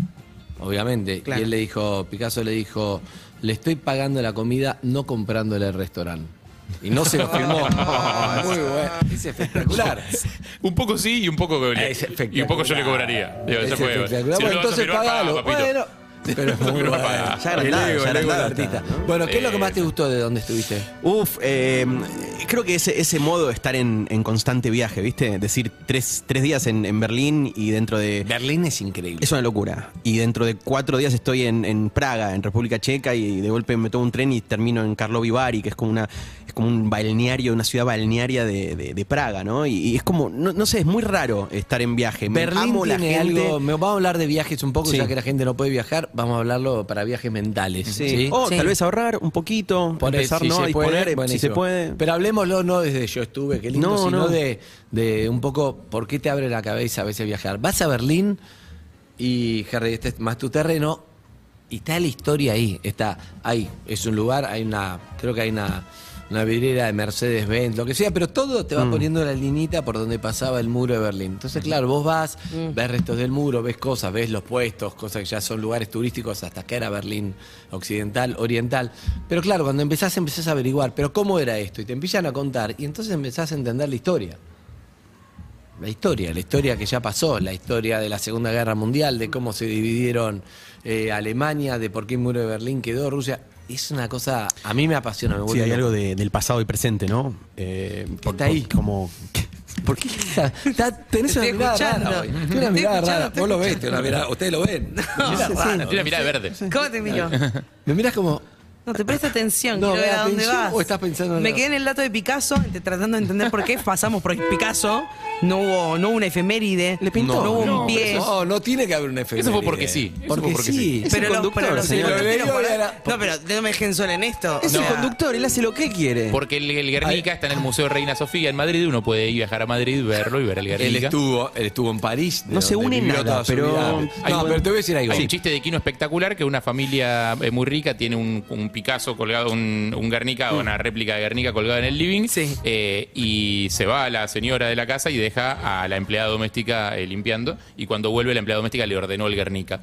S6: obviamente.
S7: Claro.
S6: Y él le dijo, Picasso le dijo, le estoy pagando la comida, no comprándole el restaurante. Y no se lo firmó. Muy bueno. Es espectacular.
S9: Un poco sí y un poco
S6: Es
S9: cobraría.
S6: espectacular.
S9: Y un poco yo le cobraría. Digo,
S6: Es
S9: ya fue.
S6: espectacular.
S9: Si
S6: Bueno,
S9: no lo vas a
S6: entonces
S9: firmar, pagá,
S6: pagalo.
S9: papito.
S6: Bueno, Pero es muy bueno.
S9: papá.
S8: Ya agrandado,
S6: El ego,
S8: ya
S6: el ego del
S8: agrandado
S6: artista.
S8: está, ¿no?
S6: Bueno, ¿qué es lo que
S9: Eh,
S6: más te gustó de dónde estuviste?
S8: Uf, eh, creo que ese, ese modo de estar en, en constante viaje, ¿viste? Decir tres, tres días en, en Berlín y dentro de...
S6: Berlín es increíble.
S8: Es una locura. Y dentro de cuatro días estoy en, en Praga, en República Checa, y de golpe me tomo un tren y termino en Karlovy Vary, que es como una es como un balneario, una ciudad balnearia de, de- de Praga, ¿no? Y, y es como, no, no sé, es muy raro estar en viaje. Me
S6: Berlín
S8: amo la
S6: tiene
S8: gente.
S6: algo. me- Vamos a hablar de viajes un poco,
S8: Sí.
S6: ya que la gente no puede viajar. Vamos a hablarlo para viajes mentales.
S8: Sí.
S6: ¿sí?
S8: O
S7: Sí.
S8: tal vez ahorrar un poquito,
S6: Por
S8: empezar
S6: si
S8: ¿no?
S6: se
S8: a
S6: puede,
S8: disponer, si
S6: buenísimo.
S8: se puede.
S6: Pero hablemoslo no desde yo estuve, qué lindo,
S8: No,
S6: sino
S8: no.
S6: De, de un poco por qué te abre la cabeza a veces viajar. Vas a Berlín y Harry, este es más tu terreno y está la historia ahí, está ahí, es un lugar, hay una, creo que hay una una vidriera de Mercedes Benz, lo que sea, pero todo te va poniendo la linita por donde pasaba el muro de Berlín. Entonces, claro, vos vas, ves restos del muro, ves cosas, ves los puestos, cosas que ya son lugares turísticos hasta que era Berlín occidental, oriental. Pero claro, cuando empezás, empezás a averiguar, pero ¿cómo era esto? Y te empiezan a contar y entonces empezás a entender la historia. La historia, la historia que ya pasó, la historia de la Segunda Guerra Mundial, de cómo se dividieron eh, Alemania, de por qué el muro de Berlín quedó, Rusia. Es una cosa, a mí me apasiona. Me
S8: Sí,
S6: vuelve
S8: hay
S6: loco.
S8: algo de- del pasado y presente, ¿no? Eh,
S6: está ahí.
S8: Como...
S6: ¿Por qué? Está- está- tenés una
S7: Estoy
S6: mirada
S7: escuchando.
S6: rara hoy. Tenés
S7: Estoy
S6: una mirada
S7: escuchando,
S6: rara.
S7: estoy
S6: Vos lo ves,
S7: escuchando.
S6: tenés una mirada- ustedes lo ven. Mirá raro.
S9: Tiene una mirada verde.
S7: ¿Cómo te miró?
S6: Me mirás como...
S7: No, te presta atención,
S6: No,
S7: quiero ver
S6: ¿verdad?
S7: a dónde
S6: ¿Atención
S7: vas.
S6: o estás pensando en
S7: Me
S6: la-
S7: quedé en el dato de Picasso, ent- tratando de entender por qué pasamos por Picasso. No hubo, no hubo una efeméride. Le
S8: pintó.
S7: No, hubo
S9: No,
S7: un
S9: pero
S7: pie.
S6: No, no tiene que haber un efecto.
S9: Eso fue porque sí, eso
S6: Porque,
S9: fue
S6: sí.
S9: porque sí.
S8: Es
S7: pero
S8: un
S7: los-
S8: conductor,
S7: pero los
S8: señor.
S7: delanteros
S6: Lo veo y
S7: por-
S6: era-
S7: No, pero no me dejen solo en esto.
S8: Es
S7: o
S8: un
S7: sea,
S8: conductor, él hace lo que quiere.
S9: Porque el, el Guernica está en el Museo Reina Sofía en Madrid. Uno puede ir viajar a Madrid, verlo y ver el
S6: Él
S9: Guernica.
S6: estuvo, él estuvo en París. de
S8: No se
S6: donde
S8: une
S6: vivió
S8: nada,
S6: toda su
S8: pero-
S6: vida.
S8: Hay
S6: Ah, No,
S8: un-
S6: pero te voy a decir algo.
S9: Hay un chiste de Quino espectacular que una familia eh, muy rica tiene un, un Picasso colgado, un, un Guernica,
S6: Mm.
S9: una réplica de Guernica colgada en el living.
S7: Sí.
S9: Eh, y se va la señora de la casa y deja a la empleada doméstica eh, limpiando. Y cuando vuelve, la empleada doméstica le ordenó el Guernica.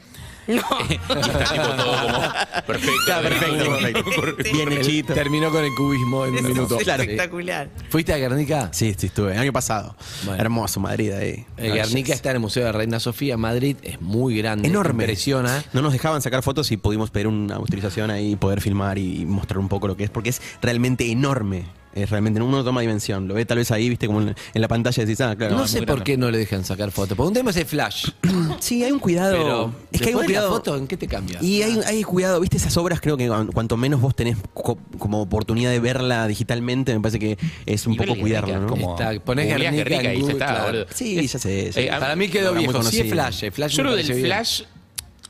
S7: No.
S9: Y está tipo todo como perfecto.
S8: Está Ah, perfecto, perfecto. Bien hechito.
S6: Terminó con el cubismo en un minuto.
S7: Es
S8: Claro.
S7: espectacular.
S6: ¿Fuiste a Guernica?
S8: Sí, sí, estuve. El año pasado.
S6: Bueno.
S8: Hermoso, Madrid ahí.
S6: El Guernica está en el Museo de Reina Sofía, Madrid. Es muy grande.
S8: Enorme.
S6: Impresiona.
S8: No nos dejaban sacar fotos y pudimos pedir una autorización ahí y poder filmar y mostrar un poco lo que es, porque es realmente enorme. Es realmente, uno no toma dimensión. Lo ve tal vez ahí, viste, como en, en la pantalla decís, ah, claro.
S6: No,
S8: es
S6: sé
S8: muy
S6: por qué no le dejan sacar fotos. Porque un tema es el flash.
S8: grande. Sí, hay un cuidado.
S6: Pero
S8: es que hay un
S6: después de la
S8: cuidado.
S6: foto, ¿en qué te cambia?
S8: Y hay, hay cuidado, viste esas obras, creo que cuan- cuanto menos vos tenés co- como oportunidad de verla digitalmente, me parece que es un
S9: Y
S8: poco
S9: ver el Guernica,
S8: cuidarlo, ¿no?
S9: como-
S6: Está, ponés
S9: Googleás
S6: Guernica en
S9: y ya
S6: Google,
S9: está,
S6: claro.
S9: boludo.
S8: Sí, ya sé. sí.
S9: Eh, a-
S6: Para mí quedó
S8: Era muy
S6: viejo. Sí es
S8: conocido.
S6: flash. el flash
S9: Yo
S6: me
S9: lo del
S6: pareció bien.
S9: flash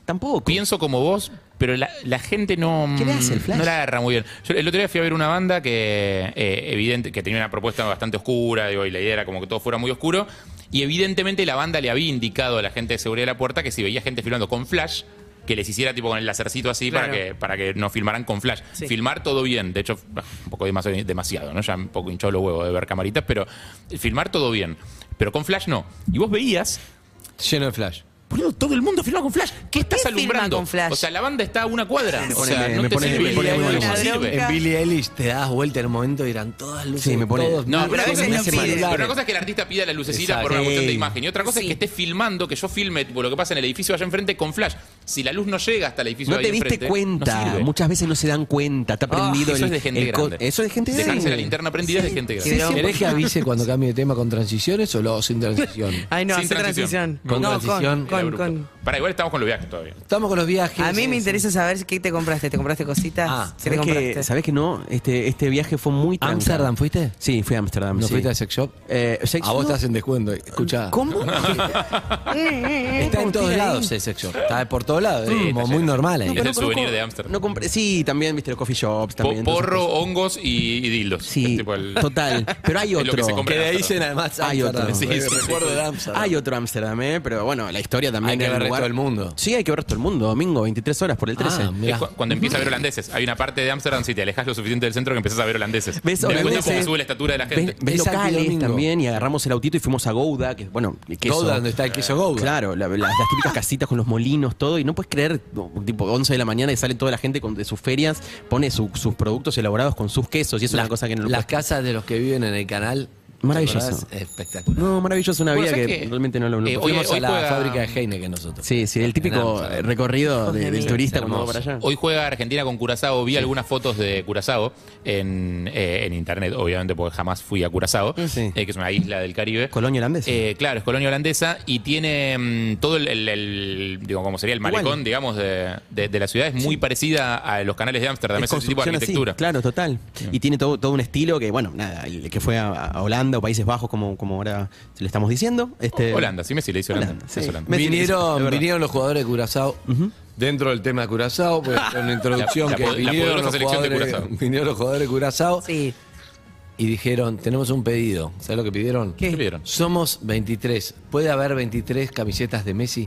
S8: Tampoco.
S9: pienso como vos, pero la, la gente no, mm,
S8: ¿Qué le hace el flash?
S9: no la agarra muy bien. Yo el otro día fui a ver una banda que eh, evidente que tenía una propuesta bastante oscura, digo, y la idea era como que todo fuera muy oscuro. Y evidentemente la banda le había indicado a la gente de seguridad de la puerta que si veía gente filmando con flash, que les hiciera tipo con el lacercito así para,
S7: Claro.
S9: que, para que no filmaran con flash.
S7: Sí.
S9: Filmar todo bien, de hecho, un poco demasiado, demasiado, ¿no? Ya un poco hinchado los huevos de ver camaritas, pero filmar todo bien. Pero con flash no. Y vos veías
S6: Lleno de flash.
S9: Boludo, todo el mundo filma con flash. ¿Qué estás
S7: filma
S9: alumbrando?
S7: con flash?
S9: O sea, la banda está a una cuadra.
S8: Me
S9: o
S8: pone-
S9: sea,
S8: me-
S9: no
S8: me
S9: te
S8: pone-
S9: sirve.
S8: me pone
S9: no
S8: muy
S9: te
S8: nervioso.
S9: sirve.
S6: En Billie Eilish te das vuelta en un momento y eran todas luces.
S8: Sí, me pone-
S6: todos-
S9: No, pero,
S7: pero a veces
S9: una
S7: no
S9: cosa-
S7: pide.
S9: pero una cosa es que el artista pida la lucecita
S6: Exacto.
S9: por una cuestión de
S8: Sí.
S9: imagen. Y otra cosa
S7: Sí.
S9: es que estés filmando, que yo filme tipo, lo que pasa en el edificio allá enfrente con flash. Si la luz no llega hasta el edificio
S8: No
S9: ahí
S8: te diste
S9: enfrente, no
S8: cuenta.
S9: sirve.
S8: Muchas veces no se dan cuenta. Está prendido
S9: Ah,
S8: el,
S9: eso es de gente
S8: el co-
S9: grande.
S8: Eso es de gente
S9: Dejarse la
S8: grande.
S9: linterna prendida es de gente grande.
S7: Sí, sí,
S6: ¿Querés que avise cuando cambie de tema con transiciones o lo hago sin transición?
S7: Ay, no,
S9: Sin
S7: hace
S9: transición.
S7: transición.
S6: Con
S7: no,
S6: transición,
S7: con,
S9: Era
S7: con, con-
S9: bruto. Pará, igual estamos con los viajes todavía.
S6: Estamos con los viajes.
S7: A mí me
S6: Sí,
S7: interesa saber qué te compraste. ¿Te compraste cositas?
S6: Ah,
S7: ¿Qué te
S8: ¿Sabés
S7: compraste?
S8: que, ¿Sabés que no? Este, este viaje fue muy
S6: sí.
S8: tranca.
S6: ¿Amsterdam fuiste?
S8: Sí, fui a Amsterdam.
S6: ¿No
S8: sí.
S6: fuiste a Sex Shop?
S8: Eh, sex-
S6: a vos
S8: no.
S6: estás en descuento. Escuchá.
S8: ¿Cómo? Ah,
S6: Está en todos lados el Sex Shop. Está por todos lados. es
S8: Eh,
S6: como muy normal ahí.
S9: Es el souvenir de Ámsterdam.
S8: No compré. Sí, también viste los coffee shops.
S9: Po-
S8: También, entonces- pues.
S9: Porro, hongos y, y dildos. Es
S8: Sí,
S9: tipo el-
S8: total. Pero hay
S9: Es lo
S8: otro.
S9: que se compra.
S6: Que de ahí
S9: Amsterdam.
S6: dicen además
S8: Hay
S6: Amsterdam.
S8: otro.
S6: Sí,
S9: Sí,
S6: sí,
S9: sí.
S6: recuerdo de Amsterdam.
S8: Hay otro Amsterdam, ¿eh? Pero bueno, la historia también.
S6: Hay que
S8: era
S6: ver
S8: el
S6: resto
S8: lugar-
S6: del mundo.
S8: Sí, hay que ver todo el mundo. Domingo, 23 horas por el 13.
S6: Ah,
S9: Es
S6: mirá.
S9: cu- cuando empieza a ver holandeses. Hay una parte de Ámsterdam, si te alejas lo suficiente del centro, que empiezas a ver holandeses.
S8: ¿Ves
S9: Te das cuenta
S8: holandeses?
S9: cómo sube la estatura de la gente.
S8: Ves, ves
S6: Es
S8: locales
S6: antidomingo.
S8: también y agarramos el autito y fuimos a Gouda, que bueno, el queso.
S6: Todo donde está el queso Gouda.
S8: Claro, la- las, las típicas casitas con los molinos, todo, y no puedes creer, no, tipo 11 de la mañana y sale toda la gente con, de sus ferias, pone su- sus productos elaborados con sus quesos, y eso es una cosa que no lo
S6: Las
S8: puedes-
S6: casas de los que viven en el canal
S8: Maravilloso.
S6: ¿Te acordás? Espectacular.
S8: No, maravilloso, una
S9: Bueno,
S8: vida que,
S9: ¿sabes qué?
S8: realmente no lo
S9: Eh,
S8: no-
S9: hoy-
S6: Fuimos a la
S9: juega-
S6: fábrica de Heineken nosotros.
S8: Sí, sí, el típico
S6: Ganamos, ¿sabes?
S8: recorrido de- del turista cuando va
S6: Hermoso.
S8: para allá.
S9: Hoy juega Argentina con Curazao. Vi algunas fotos de Curazao en, eh, en internet, obviamente, porque jamás fui a Curazao,
S8: Sí.
S9: eh, que es una isla del Caribe.
S8: Colonia holandesa.
S9: Eh, claro, es colonia holandesa y tiene mm, todo el, el- el- digo, como sería el malecón,
S8: Igual.
S9: digamos, de, de- de la ciudad. Es muy parecida a los canales de Ámsterdam,
S8: Es
S9: ese tipo de
S8: construcción así,
S9: arquitectura.
S8: claro, total. Y tiene todo, todo un estilo que, bueno, nada, el que fue a, a Holanda o Países Bajos, como, como ahora le estamos diciendo. Este,
S9: Holanda, sí, Messi le dice Holanda.
S8: Holanda,
S9: es
S8: sí.
S9: Holanda.
S8: Me- es
S6: Vinieron,
S8: verdad.
S6: vinieron los jugadores de Curazao dentro del tema de Curazao, pues fue una introducción
S9: La- la
S6: que
S9: po- la
S6: vinieron,
S9: poderosa
S6: los
S9: selección de
S6: jugadores-
S9: Curazao.
S6: vinieron los jugadores de Curazao
S7: Sí.
S6: y dijeron, tenemos un pedido. ¿Sabes lo que pidieron?
S9: ¿Qué pidieron?
S6: Somos 23. ¿Puede haber 23 camisetas de Messi?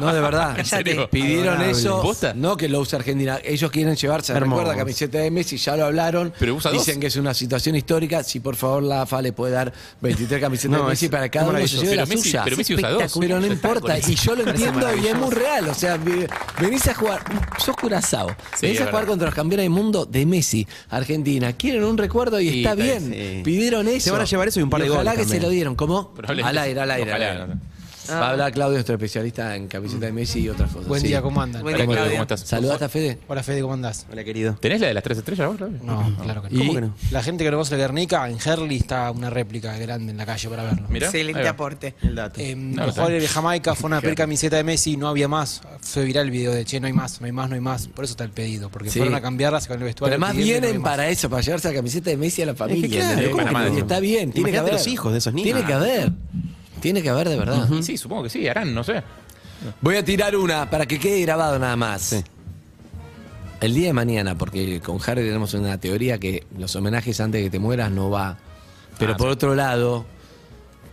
S6: No, de verdad.
S9: ¿En serio? Ah,
S6: Pidieron
S8: Adorable.
S6: eso.
S9: ¿Posta?
S6: No que lo use Argentina. Ellos quieren llevarse,
S8: Hermoso.
S6: recuerda, camiseta de Messi, ya lo hablaron.
S9: Pero usa dos.
S6: Dicen que es una situación histórica. Si por favor la AFA le puede dar 23 camisetas
S8: No,
S6: de Messi
S8: es-
S6: para cada
S8: es
S6: uno se
S8: maravilloso.
S6: lleve la
S9: Pero Messi-
S6: suya.
S9: pero Messi usa dos.
S6: Pero no
S9: Ya está,
S6: importa.
S9: con
S6: Y yo lo entiendo y es muy real. O sea, vi- venís a jugar, sos curazao.
S9: Sí,
S6: Venís
S9: es
S6: a jugar
S9: verdad.
S6: contra los campeones del mundo de Messi, Argentina. Quieren un recuerdo y
S9: Sí,
S6: está
S9: está
S6: bien.
S8: bien, sí.
S6: Pidieron eso.
S8: Se van a llevar eso y un par de
S6: Ojalá
S8: goles
S6: que
S8: también.
S6: se lo dieron. ¿Cómo?
S9: Probablemente.
S6: Al aire, al aire. al
S9: Ojalá.
S6: aire. Va a hablar Claudio, nuestro especialista en camiseta de Messi y otras cosas.
S11: Buen
S6: Sí.
S11: día, ¿cómo andan?
S7: Buen
S9: Hola,
S7: día,
S9: Claudio,
S7: Claudio.
S9: ¿cómo estás?
S6: Saludaste a Fede.
S11: Hola Fede, ¿cómo andás?
S8: Hola, querido.
S9: ¿Tenés la de las tres estrellas vos, Claudio? Ah,
S11: No, claro que no.
S8: ¿Cómo que no?
S11: La gente que no conoce el Guernica, en Herli está una réplica grande en la calle para verlo.
S9: Mirá, ahí
S7: Excelente
S9: va.
S7: aporte.
S8: El dato.
S11: Eh,
S9: No,
S11: los
S9: está
S11: jugadores de Jamaica fueron a pedir camiseta de Messi y no había más. Fue viral el video de che, no hay más, no hay más, no hay más. Por eso está el pedido, porque
S6: Sí.
S11: fueron a cambiarlas con el
S6: Pero
S11: vestuario.
S6: además
S11: pidiendo y no hay
S6: vienen
S11: más.
S6: para eso, para llevarse la camiseta de Messi a la familia.
S8: claro,
S6: ¿entendés?
S9: ¿cómo que no?
S6: Está bien, tiene que
S8: Imagínate
S6: haber.
S8: los hijos de esos niños.
S6: Tiene que haber. Tiene que haber de verdad.
S9: Y Sí, supongo que sí, harán, no sé.
S6: Voy a tirar una para que quede grabado nada más. El día de mañana, porque con Harry tenemos una teoría que los homenajes antes de que te mueras no va. Pero
S9: Ah,
S6: por otro lado,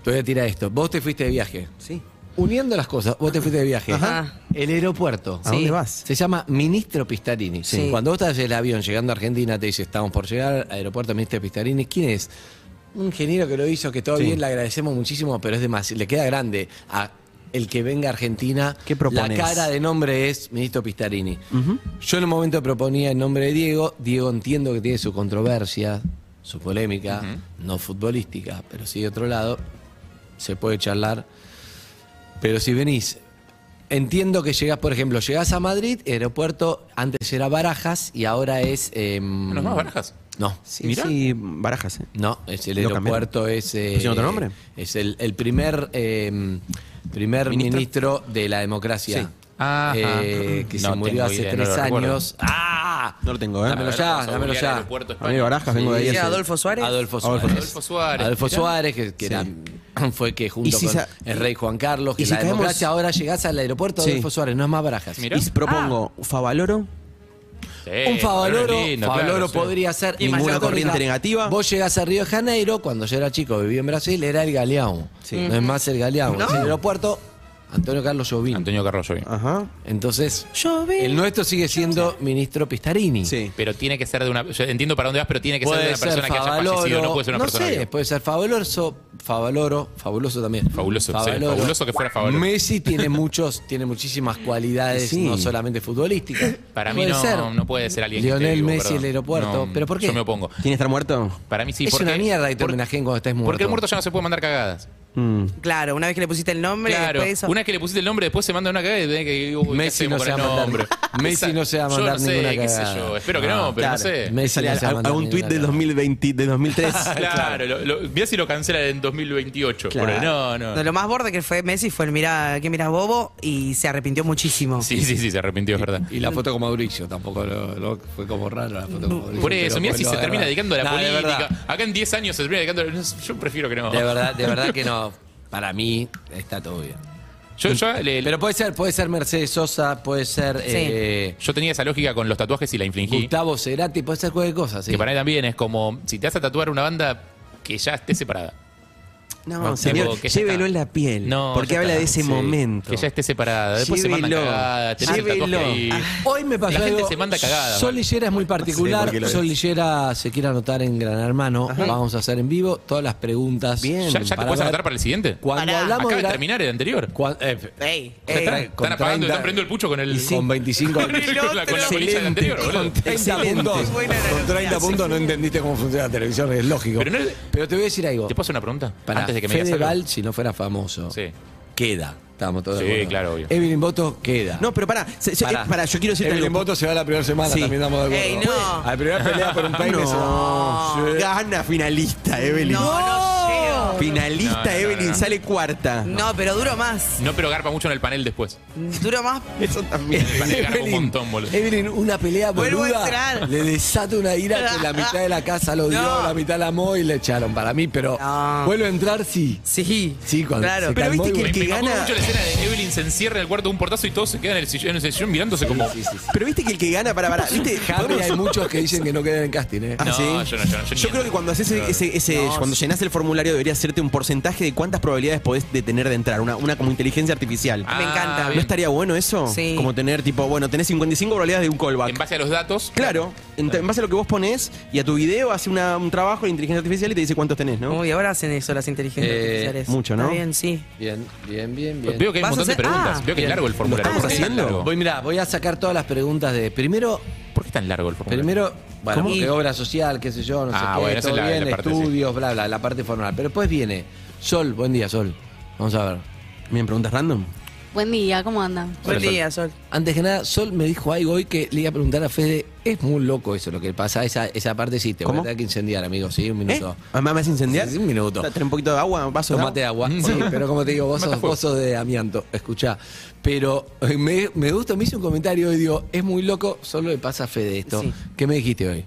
S6: te voy a tirar esto. Vos te fuiste de viaje.
S8: Sí.
S6: Uniendo las cosas, vos te fuiste de viaje.
S7: Ajá.
S6: El aeropuerto.
S8: ¿A dónde vas?
S6: Se llama Ministro Pistarini.
S7: Sí.
S6: Cuando vos estás en el avión llegando a Argentina, te dice, estamos por llegar al aeropuerto Ministro Pistarini. ¿Quién es? Un ingeniero que lo hizo, que todo bien, le agradecemos muchísimo, pero es demasiado, le queda grande a el que venga a Argentina.
S8: ¿Qué propones?
S6: La cara de nombre es Ministro Pistarini. Yo en un momento proponía el nombre de Diego. Diego entiendo que tiene su controversia, su polémica, no futbolística, pero sí de otro lado. Se puede charlar. Pero si venís, entiendo que llegás, por ejemplo, llegás a Madrid, aeropuerto, antes era Barajas y ahora es... Eh,
S9: ¿No es más Barajas?
S6: No.
S8: Sí, sí, barajas. eh.
S6: No, es el
S8: Lo
S6: aeropuerto es... eh,
S8: ¿Pusieron otro nombre?
S6: Es el, el primer, eh, primer
S8: ¿Ministro?
S6: ¿Ministro? de la democracia.
S8: Sí.
S9: Ajá.
S6: Eh, que
S9: No
S6: se murió
S9: tengo
S6: hace
S9: idea, no
S6: tres
S9: lo recuerdo.
S6: años. ¡Ah!
S8: No lo tengo, ¿eh?
S6: Dámelo
S9: A ver,
S6: ya,
S9: vamos a
S6: dámelo
S9: googlear
S6: ya.
S9: aeropuerto España.
S8: Amigo Barajas, vengo de ahí.
S7: Sí,
S8: hace-
S7: Adolfo Suárez.
S6: Adolfo Suárez.
S8: Adolfo
S9: Adolfo Suárez,
S6: Adolfo
S9: mirá.
S6: Suárez, que, que era- fue que
S8: Y
S6: junto
S8: si
S6: con
S8: sa-
S6: el rey Juan Carlos, que
S8: y si
S6: la
S8: caemos-
S6: democracia ahora llegás al aeropuerto
S8: Sí.
S6: Adolfo Suárez, no es más barajas.
S9: Mirá.
S8: Y propongo Favaloro.
S9: Sí,
S6: Un Favaloro,
S9: es Eh, lindo,
S6: Favaloro
S9: claro, sí.
S6: podría ser
S8: Ninguna
S6: Imagínate,
S8: corriente
S6: mira,
S8: negativa.
S6: Vos llegás a Río de Janeiro, cuando yo era chico, vivía en Brasil, era el Galeão.
S8: Sí.
S6: No es más el Galeão.
S7: No.
S6: Es el aeropuerto Antonio Carlos Jobim.
S9: Antonio Carroyo.
S6: Ah,
S8: Ajá.
S6: Entonces,
S7: Jobim.
S6: el nuestro sigue siendo ministro Pistarini.
S8: Sí.
S9: Pero tiene que ser de una. yo entiendo para dónde vas, pero tiene que ser de
S6: Puede
S9: una
S6: ser
S9: persona que haya fallecido.
S6: Favaloro,
S9: No puede ser una persona.
S6: sé,
S9: viva.
S6: puede ser Favalorso, Favaloro, fabuloso también.
S9: Fabuloso, sí, fabuloso que fuera Favaloro.
S6: Messi tiene muchos, tiene muchísimas cualidades,
S8: Sí.
S6: no solamente futbolísticas.
S9: Para mí
S6: Puede
S9: no,
S6: ser.
S9: no puede ser alguien que.
S6: Lionel
S9: esté vivo,
S6: Messi,
S9: perdón.
S6: el aeropuerto.
S9: No,
S6: ¿Pero por qué?
S9: Yo me opongo.
S8: ¿Tiene que estar muerto?
S9: Para mí sí,
S6: es
S9: porque,
S6: una mierda que te
S9: por-
S6: homenajeen cuando estés muerto.
S9: Porque el muerto ya no se puede mandar cagadas.
S8: Mm.
S7: Claro, una vez que le pusiste el nombre,
S9: Claro.
S7: después de eso.
S9: Una vez que le pusiste el nombre, después se manda una cagada y tenés que. uy, ¿qué
S6: Messi
S9: hacemos
S6: no se
S9: con
S6: va
S9: el
S6: a mandar-
S9: nombre?
S6: Messi
S9: Esa-
S6: no se va a
S9: yo
S6: mandar
S9: no sé,
S6: ninguna
S9: qué sé
S6: cagada.
S9: yo. Espero que
S6: Ah,
S9: no, pero no
S8: claro.
S9: sé.
S6: Messi
S8: Sale
S6: no
S8: al-
S6: se va a mandar
S8: algún tuit
S6: ninguna
S8: del
S6: cagada.
S8: 2020, del 2003.
S9: Claro, lo, lo- mirá si lo cancelan en 2028.
S8: Claro.
S9: por ahí. No, no.
S7: De lo más borde que fue Messi fue el mira que mirás bobo y se arrepintió muchísimo.
S9: Sí, sí, sí, se arrepintió, es verdad.
S6: Y la foto con Mauricio, tampoco lo- lo- fue como raro la foto con Mauricio.
S9: Por eso,
S6: pero
S9: mirá si
S6: bueno,
S9: se
S6: de verdad.
S9: termina dedicando a la
S6: No, de
S9: política.
S6: verdad.
S9: Acá en 10 años se termina dedicando. no, Yo prefiero que no.
S6: De verdad, de verdad que no. Para mí está todo bien.
S9: Yo, yo, le-
S6: Pero puede ser, puede ser Mercedes Sosa, puede ser eh,
S9: yo tenía esa lógica con los tatuajes y la infringí.
S6: Gustavo Cerati, puede ser cualquier cosa. sí.
S9: Que para mí también es como si te vas a tatuar una banda que ya esté separada.
S8: No,
S9: No,
S8: Ah, señor,
S9: tipo, que ya
S8: llévelo
S9: está.
S8: en la piel.
S9: No,
S8: porque
S9: ya
S8: habla
S9: está.
S8: de ese
S9: Sí.
S8: momento.
S9: Que ya esté separada. Después se manda
S8: Llévelo.
S9: cagada. Tenés el tatuaje
S8: Llévelo. Ah.
S9: ahí.
S6: Hoy me pasó
S9: La gente
S6: algo.
S9: se manda cagada.
S6: Sol Lillera es muy particular.
S8: por qué lo
S6: Sol
S8: es.
S6: Lillera se quiere anotar en Gran Hermano. Vamos a hacer en vivo todas las preguntas.
S8: Bien.
S9: ¿Ya, ya te
S6: Para
S9: puedes
S6: ver-
S9: anotar para el siguiente?
S6: Cuando hablamos
S9: Acaba de
S6: Gran-
S9: terminar el anterior.
S6: Cuan- eh, f-
S7: Ey,
S9: Te
S7: ey.
S9: Están,
S6: Con
S9: están apagando,
S6: 30.
S9: están prendiendo el pucho con el.
S6: y sí, con 25
S9: con, el- con la, con la bolilla del anterior, boludo.
S6: 30 puntos. Con 30 puntos no entendiste cómo funciona la televisión, es lógico.
S9: Pero no es-
S6: Pero te voy a decir algo.
S9: ¿Te puedo hacer una pregunta?
S6: Para
S9: Antes de que me digas. algo.
S6: Fedeval, si no fuera famoso,
S9: Sí.
S6: queda. Estamos todos de
S9: Sí,
S6: acuerdo.
S9: claro, obvio.
S6: Evelyn Boto queda.
S8: No, pero pará, se- se- eh,
S6: Pará.
S8: pará. yo quiero decirte
S6: Evelyn
S8: algo.
S6: Boto se va la primera semana,
S8: Sí.
S6: también estamos de acuerdo.
S7: Ey, no.
S6: Al primer pelea por un peine se va.
S8: No.
S6: Sí.
S8: Gana finalista, Evelyn.
S7: No, no llego.
S8: Finalista,
S9: No, no, no,
S8: Evelyn
S9: no.
S8: sale cuarta.
S7: No, pero duro más.
S9: No, pero garpa mucho en el panel después.
S7: Duro más.
S8: Eso también.
S9: El panel garpa un montón, boludo.
S6: Evelyn, una pelea
S7: Vuelvo a
S6: boluda,
S7: entrar.
S6: le desata una ira que la mitad de la casa lo dio,
S7: No.
S6: la mitad la amó y le echaron para mí, pero
S7: No.
S6: vuelve a entrar, sí.
S7: Sí.
S6: Sí, cuando
S7: Claro.
S6: se
S7: Pero
S6: calmó
S8: viste
S6: y
S8: que
S9: Me,
S8: el
S6: volvió.
S9: me
S8: que
S9: acuerdo
S8: gana-
S9: mucho la escena de Evelyn se encierra en el cuarto de un portazo y todos se quedan en el sillón, en el sillón mirándose como.
S8: Pero viste que el que gana, para, para. ¿viste?
S6: Javi, hay muchos que dicen que no quedan en casting, ¿eh?
S8: Ah,
S9: No,
S8: ¿sí?
S9: yo no, yo no, yo ni entro.
S8: creo que cuando haces ese, ese- ese- cuando llenas el formulario debería hacerte un porcentaje de cuántas probabilidades podés de tener de entrar, una, una como inteligencia artificial.
S9: Ah,
S7: Me encanta.
S8: ¿No
S9: bien.
S8: estaría bueno eso?
S7: Sí.
S8: Como tener tipo, bueno, tenés 55 probabilidades de un callback.
S9: En base a los datos.
S8: Claro, en, en base a lo que vos ponés y a tu video hace una- un trabajo de inteligencia artificial y te dice cuántos tenés, ¿no?
S7: Uy, ahora hacen eso las inteligencias
S6: Eh,
S7: artificiales.
S8: mucho, ¿no?
S7: Está bien, sí.
S6: Bien, bien, bien, bien.
S9: Veo que hay
S7: Vas
S9: un
S7: a
S9: montón de
S7: hacer-
S9: preguntas.
S7: ah,
S9: Veo que es
S6: bien.
S9: largo el formulario.
S8: ¿Lo estamos
S9: ¿Por qué es tan
S8: haciendo?
S9: largo?
S6: Voy, mirá, voy a sacar todas las preguntas de. Primero,
S9: ¿Por qué es tan largo el formulario?
S6: primero, bueno,
S7: ¿Cómo?
S6: porque obra social, qué sé yo, no
S9: Ah,
S6: sé qué,
S9: bueno, esa
S6: todo
S9: es la- la
S6: bien,
S9: parte,
S6: estudios, bla, bla, la parte formal. Pero después viene Sol, buen día, Sol. Vamos a ver.
S8: Bien, preguntas random.
S12: Buen día, ¿cómo andan?
S7: Buen día, Sol.
S6: Antes que nada, Sol me dijo algo hoy que le iba a preguntar a Fede. Es muy loco eso lo que pasa. Esa, esa parte sí, te voy a
S8: ¿Cómo?
S6: tener que incendiar, amigo. Sí, un minuto.
S8: ¿Eh? ¿Mamá me hace incendiar?
S6: Sí, sí, un minuto.
S8: Trae un poquito de agua, un vaso de
S6: Tomate
S8: agua.
S6: agua. Sí, pero como te digo, vos
S9: Mata
S6: sos,
S9: fuego.
S6: vos sos de amianto. Escuchá. Pero eh, me, me gusta, me hizo un comentario y digo, es muy loco, solo le pasa a Fede esto.
S7: Sí.
S6: ¿Qué me dijiste hoy?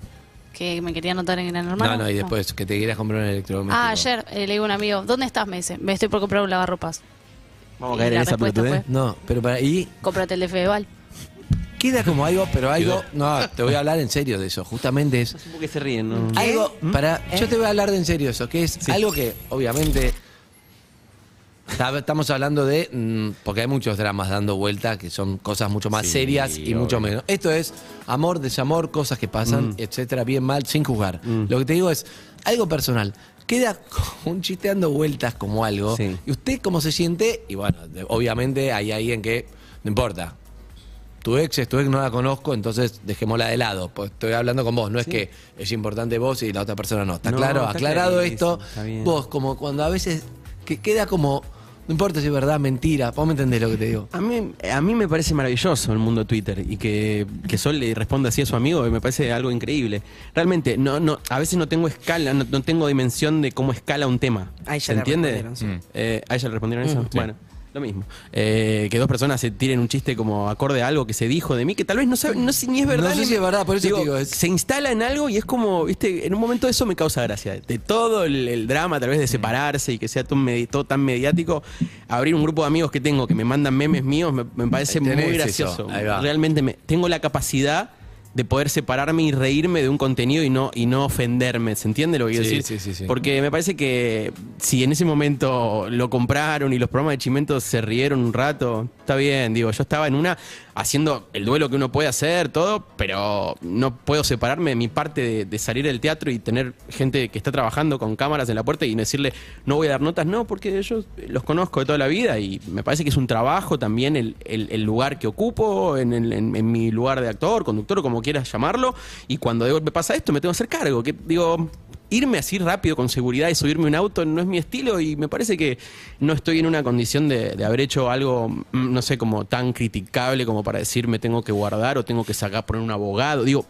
S12: Que me quería anotar en Gran Hermano.
S6: No, no, y después que te querías comprar un electrodoméstico.
S12: Ah, ayer eh, le digo a un amigo, ¿dónde estás? Me dice, me estoy por comprar un lavarropas.
S8: Vamos a
S12: Y
S8: caer en
S12: la
S8: esa
S12: respuesta
S8: pelotudez.
S12: fue,
S6: No, pero para ahí
S12: Cómprate el de Fedeval.
S6: queda como algo, pero algo. No, te voy a hablar en serio de eso. Justamente es.
S8: ¿Por qué se ríen? no?
S6: Algo para. Yo te voy a hablar de en serio eso, que es algo que, obviamente. está- Estamos hablando de. mm, Porque hay muchos dramas dando vuelta que son cosas mucho más
S9: Sí,
S6: serias y
S9: obvio.
S6: mucho menos. Esto es amor, desamor, cosas que pasan, etcétera, bien, mal, sin juzgar. Lo que te digo es algo personal. Queda un chiste dando vueltas como algo.
S8: Sí.
S6: ¿Y usted cómo se siente? Y bueno, de- obviamente hay alguien que. No importa. Tu ex es tu ex, no la conozco, entonces dejémosla de lado. Pues estoy hablando con vos, no es que es importante vos y la otra persona no. Está
S8: No,
S6: claro,
S8: está
S6: aclarado
S8: clarísimo,
S6: esto.
S8: está bien.
S6: Vos, como cuando a veces que queda como, no importa si es verdad, mentira, vos me entendés lo que te digo.
S8: A mí, a mí me parece maravilloso el mundo Twitter y que, que Sol le responda así a su amigo me parece algo increíble. Realmente, no, no, a veces no tengo escala, no, no tengo dimensión de cómo escala un tema.
S7: A ella
S8: ¿Se
S7: le
S8: entiende?
S7: respondieron, sí.
S9: Mm.
S8: Eh, ¿A ella le respondieron eso? Bueno, lo mismo. Eh, que dos personas se tiren un chiste como acorde a algo que se dijo de mí, que tal vez no sabe, no sé ni es verdad.
S6: No sé
S8: ni-
S6: si es verdad, por eso te digo, es-
S8: Se instala en algo y es como, viste, en un momento eso me causa gracia. De todo el, el drama, tal vez
S6: Mm.
S8: de separarse y que sea todo, medi- todo tan mediático, abrir un grupo de amigos que tengo que me mandan memes míos me, me parece
S6: Ahí tenés
S8: muy
S6: eso,
S8: gracioso.
S6: ahí va.
S8: Realmente me, tengo la capacidad de poder separarme y reírme de un contenido y no, y no ofenderme. ¿Se entiende lo que quiero
S6: Sí,
S8: decir?
S6: sí, sí, sí.
S8: Porque me parece que si en ese momento lo compraron y los programas de Chimento se rieron un rato, está bien, digo, yo estaba en una haciendo el duelo que uno puede hacer, todo, pero no puedo separarme de mi parte de, de salir del teatro y tener gente que está trabajando con cámaras en la puerta y decirle, no voy a dar notas, no, porque yo los conozco de toda la vida y me parece que es un trabajo también el, el- el lugar que ocupo, en, el- en- en mi lugar de actor, conductor, o como quieras llamarlo, y cuando de golpe pasa esto me tengo que hacer cargo, que digo irme así rápido con seguridad y subirme a un auto no es mi estilo y me parece que no estoy en una condición de, de haber hecho algo, mm, no sé, como tan criticable como para decir me tengo que guardar o tengo que sacar poner un abogado. Digo,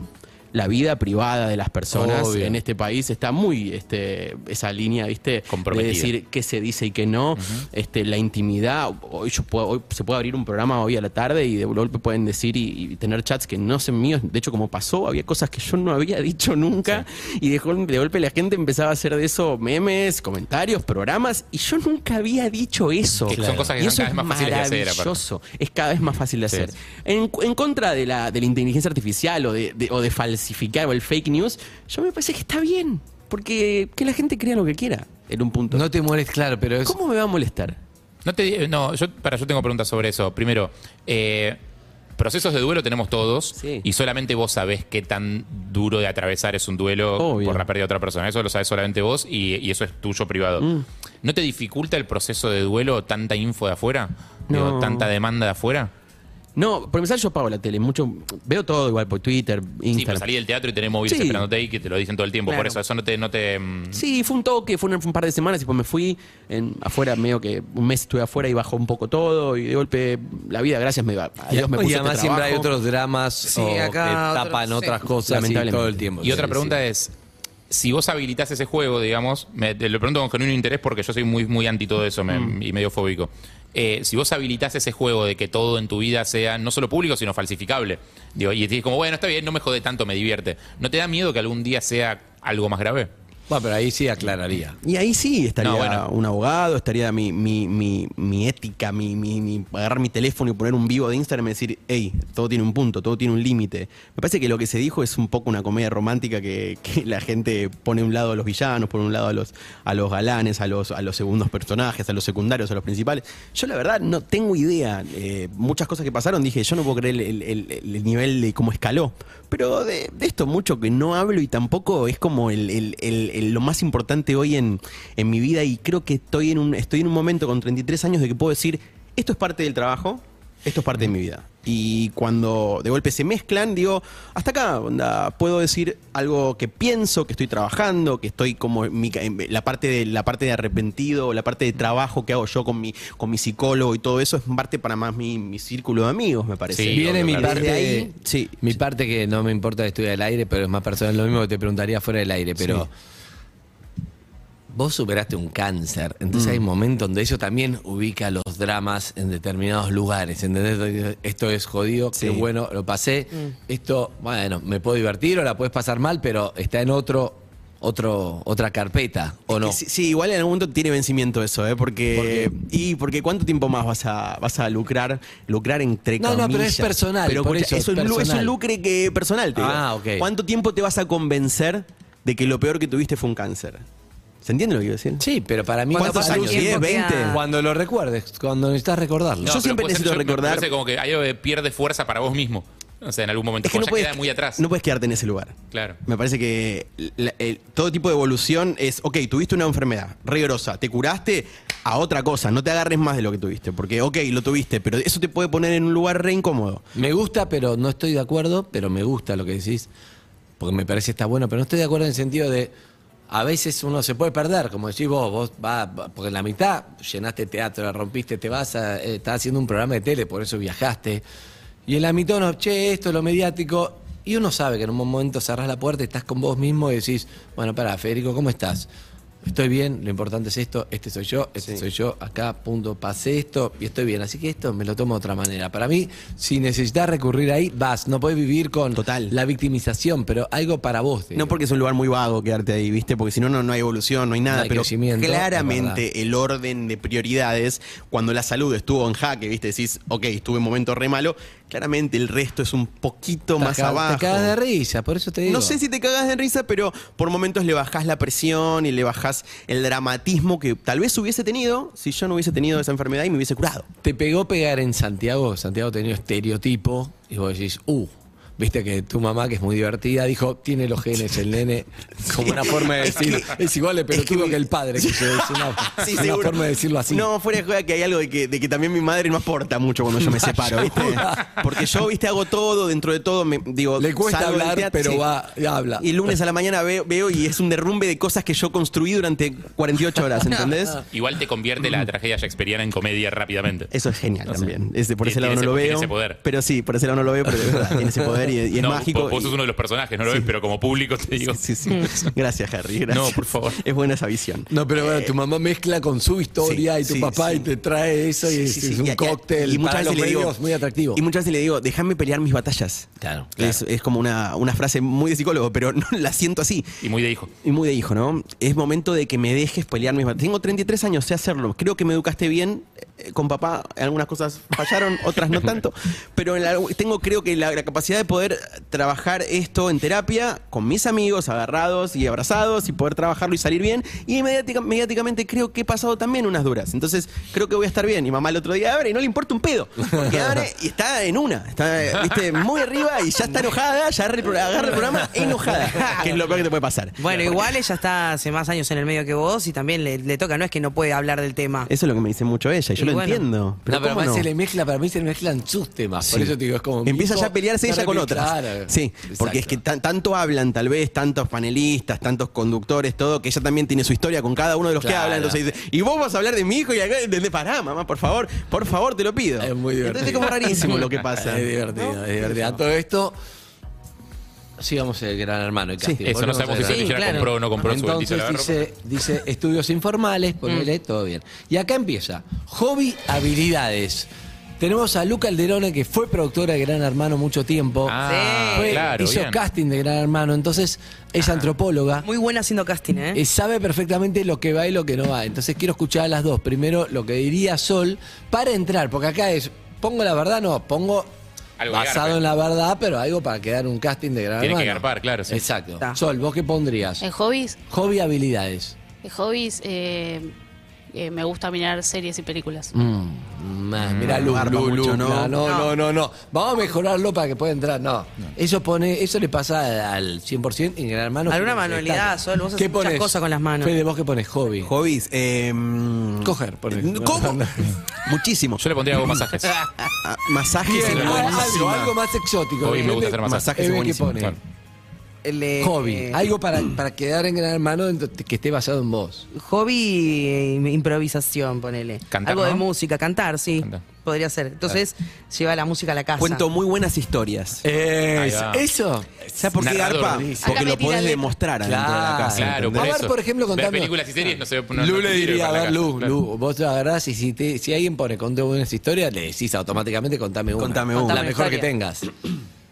S8: la vida privada de las personas
S6: Obvio.
S8: en este país está muy este, esa línea, ¿viste?
S9: Comprometida.
S8: De decir qué se dice y qué no, este, la intimidad. Hoy, yo puedo- hoy se puede abrir un programa hoy a la tarde y de golpe pueden decir y, y tener chats que no son míos. De hecho, como pasó, había cosas que yo no había dicho nunca y de, gol- de golpe la gente empezaba a hacer de eso memes, comentarios, programas y yo nunca había dicho eso.
S9: Que son Claro. cosas que
S8: Y
S9: son
S8: eso
S9: cada
S8: es
S9: vez más fáciles de hacer, aparte.
S8: maravilloso eso. Es cada vez más fácil de
S9: Sí.
S8: hacer. En, en contra de la, de la inteligencia artificial o de, de- o de falsificar o el fake news, yo me parece que está bien. Porque que la gente crea lo que quiera. en un punto.
S6: No te mueres, claro, pero es.
S8: ¿Cómo me va a molestar?
S9: No te di- no, yo para yo tengo preguntas sobre eso. Primero, eh, procesos de duelo tenemos todos y solamente vos sabés qué tan duro de atravesar es un duelo
S8: Obvio.
S9: por la pérdida de otra persona. Eso lo sabés solamente vos y, y eso es tuyo privado.
S8: Mm.
S9: ¿No te dificulta el proceso de duelo tanta info de afuera? Digo,
S8: No.
S9: tanta demanda de afuera.
S8: No, por empezar yo pago la tele, mucho veo todo igual por Twitter,
S6: pues
S8: Instagram.
S9: Sí, pero salí del teatro y tenés móviles
S8: Sí.
S9: esperándote ahí que te lo dicen todo el tiempo. Por
S8: Claro.
S9: eso, eso no te. No te mm,
S8: Sí, fue un toque, fue un, fue un par de semanas y pues me fui en, afuera, medio que un mes estuve afuera y bajó un poco todo y de golpe la vida, gracias, me, a Dios me puso
S6: y
S8: este
S6: además siempre hay
S8: trabajo.
S6: otros dramas o
S7: acá
S6: que
S7: otros-
S6: tapan
S7: sí.
S6: otras cosas y
S8: Lamentablemente.
S6: todo el tiempo.
S9: Y otra pregunta es, si vos habilitás ese juego, digamos, me, te lo pregunto con genuino interés porque yo soy muy, muy anti todo eso me- y medio fóbico. Eh, si vos habilitás ese juego de que todo en tu vida sea no solo público, sino falsificable, digo, y decís como, bueno, está bien, no me jode tanto, me divierte, ¿no te da miedo que algún día sea algo más grave?
S6: Bueno, pero ahí sí aclararía.
S8: Y ahí sí estaría
S9: No, bueno.
S8: un abogado, estaría mi, mi, mi, mi ética, mi, mi, mi- agarrar mi teléfono y poner un vivo de Instagram y decir, hey, todo tiene un punto, todo tiene un límite. Me parece que lo que se dijo es un poco una comedia romántica que, que la gente pone a un lado a los villanos, por un lado a los, a los galanes, a los, a los segundos personajes, a los secundarios, a los principales. Yo la verdad no tengo idea. Eh, muchas cosas que pasaron, dije, yo no puedo creer el, el- el- el nivel de cómo escaló. Pero de, de esto mucho que no hablo y tampoco es como el, el- el- el- lo más importante hoy en, en mi vida y creo que estoy en, un, estoy en un momento con 33 años de que puedo decir, esto es parte del trabajo, esto es parte de mi vida. Y cuando de golpe se mezclan, digo, hasta acá, onda, puedo decir algo que pienso, que estoy trabajando, que estoy como en mi ca- en la parte de la parte de arrepentido, la parte de trabajo que hago yo con mi con mi psicólogo y todo eso es parte para más mi, mi círculo de amigos, me parece.
S9: Sí,
S6: Viene
S9: obvio,
S6: mi
S9: claro.
S6: parte,
S8: Desde ahí, sí.
S6: mi parte que no me importa estudiar al aire, pero es más personal. Lo mismo que te preguntaría fuera del aire, pero vos superaste un cáncer, entonces
S8: Mm.
S6: hay un momento donde eso también ubica los dramas en determinados lugares, ¿entendés? Esto es jodido,
S8: Sí. Mm.
S6: qué bueno, lo pasé, esto, bueno, me puedo divertir o la puedes pasar mal, pero está en otro, otro, otra carpeta, ¿o no?
S8: Sí, sí, igual en algún momento tiene vencimiento eso, ¿eh? Porque. Y porque cuánto tiempo más vas a, vas a lucrar, lucrar entre
S6: No, no, pero
S8: comillas?
S6: es personal, por
S8: escucha,
S6: eso, es
S8: es, lu- es
S6: personal.
S8: un lucre que personal, te digo.
S6: Ah, ok.
S8: ¿Cuánto tiempo te vas a convencer de que lo peor que tuviste fue un cáncer? ¿Se entiende lo que quiero decir?
S6: Sí, pero para mí
S8: ¿Cuántos
S6: capaz-
S8: años?
S7: tiempo
S8: ¿10,
S7: que
S8: 20?
S7: ha-
S6: Cuando lo recuerdes, cuando necesitas recordarlo.
S8: Yo
S9: pero
S8: siempre
S9: puede ser-
S8: necesito
S9: yo- me
S8: recordar-
S9: parece como que ahí eh, pierde fuerza para vos mismo. O sea, en algún momento.
S8: Es que
S9: como
S8: no
S9: ya
S8: puedes,
S9: queda muy atrás.
S8: no puedes quedarte en ese lugar.
S9: Claro.
S8: Me parece que la- el- todo tipo de evolución es, ok, tuviste una enfermedad rigorosa, te curaste a otra cosa, no te agarres más de lo que tuviste, porque, ok, lo tuviste, pero eso te puede poner en un lugar re incómodo.
S6: Me gusta, pero no estoy de acuerdo, pero me gusta lo que decís, porque me parece está bueno, pero no estoy de acuerdo en el sentido de, a veces uno se puede perder, como decís vos, vos va, va- porque en la mitad llenaste teatro, la rompiste, te vas, a, eh, estás haciendo un programa de tele, por eso viajaste, y en la mitad uno, che, esto es lo mediático, y uno sabe que en un momento cerrás la puerta, estás con vos mismo y decís, bueno, pará, Federico, ¿cómo estás? Estoy bien, lo importante es esto, este soy yo, este soy yo, acá, punto, pasé esto y estoy bien. Así que esto me lo tomo de otra manera. Para mí, si necesitas recurrir ahí, vas. No podés vivir con
S8: Total.
S6: la victimización, pero algo para vos. digo.
S8: No porque es un lugar muy vago quedarte ahí, ¿viste? Porque si no, no, no hay evolución, no hay nada.
S6: No hay
S8: pero
S6: crecimiento, es
S8: claramente el orden de prioridades, cuando la salud estuvo en jaque, ¿viste? Decís, ok, estuve en un momento re malo, claramente el resto es un poquito
S6: Te
S8: más
S6: ca-
S8: abajo.
S6: Te cagas de risa, por eso te digo.
S8: No sé si te cagas de risa, pero por momentos le bajás la presión y le bajás el dramatismo que tal vez hubiese tenido si yo no hubiese tenido esa enfermedad y me hubiese curado.
S6: Te pegó pegar en Santiago, Santiago tenía un estereotipo, y vos decís, uh, viste que tu mamá, que es muy divertida, dijo, tiene los genes el nene, como una forma de decir, es, igual de pelotudo que, el padre, que se- es una,
S8: Sí,
S6: una
S8: seguro.
S6: forma de decirlo así.
S8: No, fuera de juega que hay algo de que, de que también mi madre no aporta mucho cuando yo me separo, ¿viste? Porque yo, ¿viste? Hago todo, dentro de todo, me, digo,
S6: Le cuesta
S8: salgo del
S6: hablar,
S8: teatro,
S6: pero
S8: sí.
S6: va y habla.
S8: Y lunes a la mañana veo, veo y es un derrumbe de cosas que yo construí durante 48 horas, ¿entendés?
S9: Igual te convierte la tragedia shakespeariana en comedia rápidamente.
S8: Eso es genial también. Ese- por ese
S9: Tiene
S8: lado no
S9: ese-
S8: lo
S9: tiene
S8: veo.
S9: ese poder.
S8: Pero sí, por ese lado no lo veo, pero de verdad, tiene ese poder y, y es
S9: No,
S8: mágico.
S9: Vos, vos
S8: y-
S9: sos uno de los personajes, no lo ves, pero como público te digo.
S8: Sí, sí. Gracias, Harry. Gracias.
S9: No, por favor.
S8: Es buena esa visión.
S6: No, pero bueno, tu mamá mezcla con su historia
S8: Eh, Sí,
S6: y tu
S8: sí,
S6: papá
S8: sí.
S6: y te trae eso y es, es un cóctel para los medios muy atractivo.
S8: Y muchas veces le digo, déjame pelear mis batallas.
S6: Claro,
S8: Que Es, es como una, una frase muy de psicólogo, pero no, la siento así.
S9: Y muy de hijo.
S8: Y muy de hijo, ¿no? Es momento de que me dejes pelear mis batallas. Tengo 33 años, sé hacerlo. Creo que me educaste bien. eh, con papá algunas cosas fallaron, otras no tanto, pero en la- tengo creo que la, la capacidad de poder trabajar esto en terapia con mis amigos agarrados y abrazados y poder trabajarlo y salir bien. Y mediática- mediáticamente creo que he pasado también unas duras. Entonces creo que voy a estar bien. Y mamá el otro día abre y no le importa un pedo. Porque abre y está en una. Está ¿viste? muy arriba y ya está enojada, ya agarra el, pro- agarra el programa enojada. Que es lo peor que te puede pasar.
S7: Bueno, igual ella está hace más años en el medio que vos y también le, le toca, no es que no puede hablar del tema.
S8: Eso es lo que me dice mucho ella y yo
S7: Y
S8: lo
S7: bueno.
S8: entiendo. Pero
S6: no, pero
S8: ¿cómo
S6: además
S8: no?
S6: se le mezcla, para mí se le mezclan sus temas. Por
S8: Sí.
S6: eso te digo, es como.
S8: Empieza ya a pelearse
S6: Claro,
S8: ella con otras.
S6: claro.
S8: Sí, porque es que tan- tanto hablan, tal vez, tantos panelistas, tantos conductores, todo, que ella también tiene su historia con cada uno de los que
S6: Claro.
S8: hablan. Entonces dice, y vos vas a hablar de mi hijo y acá, de, de- pará, mamá, por favor, por favor, te lo pido.
S6: Es muy divertido.
S8: Entonces es como rarísimo lo que pasa.
S6: Es divertido, es divertido. A todo esto, sigamos el gran hermano. El
S9: Sí.
S6: casting.
S9: Eso, no
S6: Volvemos
S9: sabemos si
S6: al Gran
S9: Solillera
S6: Hermano.
S9: compró o no compró su
S6: Entonces
S9: vestido de la Mm.
S6: dice, dice estudios informales, ponele, todo bien. Y acá empieza. Hobby, habilidades. Tenemos a Luca Alderone, que fue productora de Gran Hermano mucho tiempo.
S9: Ah,
S6: Fue-
S9: claro,
S6: hizo
S9: bien. Ah.
S6: casting de Gran Hermano. Entonces es antropóloga.
S7: Muy buena haciendo casting, ¿eh?
S6: Y sabe perfectamente lo que va y lo que no va. Entonces quiero escuchar a las dos. Primero lo que diría Sol para entrar, porque acá es, pongo la verdad, no, pongo
S9: Algo que
S6: basado
S9: garpe.
S6: en la verdad, pero algo para quedar un casting de gran
S9: Tiene que
S6: Hermano.
S9: garpar, claro, sí.
S6: Exacto.
S7: Está.
S6: Sol, ¿vos qué pondrías?
S12: En hobbies,
S6: Hobby habilidades.
S12: en hobbies eh, eh, me gusta mirar series y películas.
S6: Mm, Mira, Lu,
S8: Mm, garpa
S6: Lu,
S8: mucho,
S6: Lu,
S8: ¿no?
S6: no, no, no, no, no. Vamos a mejorarlo para que pueda entrar. No. Eso pone, eso le pasa al 100% en Gran Hermano.
S7: Alguna
S6: que no se
S7: manualidad,
S6: destaca.
S7: Sol, vos haces
S6: ¿Qué
S7: muchas
S6: ponés?
S7: cosas con las manos.
S6: Fede, vos qué pones hobby.
S8: Hobbies, eh, mm,
S6: Coger, ponés.
S8: ¿Cómo? Muchísimo.
S9: Yo le pondría hago masajes.
S8: Ah, Masajes
S6: Bien,
S8: es
S6: algo,
S8: buenísima.
S6: algo más exótico. eh,
S9: Hoy me gusta hacer masajes.
S8: Masajes es
S6: Eve, ¿qué
S8: buenísimo.
S6: pone?
S9: Claro.
S7: El de-
S6: Hobby.
S7: eh,
S6: algo para, para quedar en gran hermano dentro- que esté basado en vos.
S7: hobby eh, improvisación, ponele.
S9: Cantar,
S7: Algo de
S9: ¿no?
S7: música, cantar, sí.
S9: Cantar.
S7: Podría ser. Entonces, lleva la música a la casa.
S8: Cuento muy buenas historias.
S9: Ahí va.
S6: eso.
S8: ¿Sabes por qué
S9: Narrador,
S8: garpa?
S9: buenísimo.
S8: Porque
S12: Acá me
S8: lo
S12: tira
S8: podés
S12: letra.
S8: demostrar adentro de la
S6: Claro,
S8: casa.
S9: Claro,
S8: ¿entendés?
S9: por
S6: A ver,
S9: eso.
S6: por ejemplo,
S9: Ver
S6: contame.
S9: películas y series no se no-
S6: Lu
S9: no
S6: le
S9: sirve
S6: diría, a
S9: para
S6: ver,
S9: la casa,
S6: Lu,
S9: claro.
S6: Lu, vos te agarrás y si, te- si alguien pone conté buenas historias, le decís automáticamente contame una.
S8: Contame una.
S6: La mejor que
S13: Historia.
S6: tengas.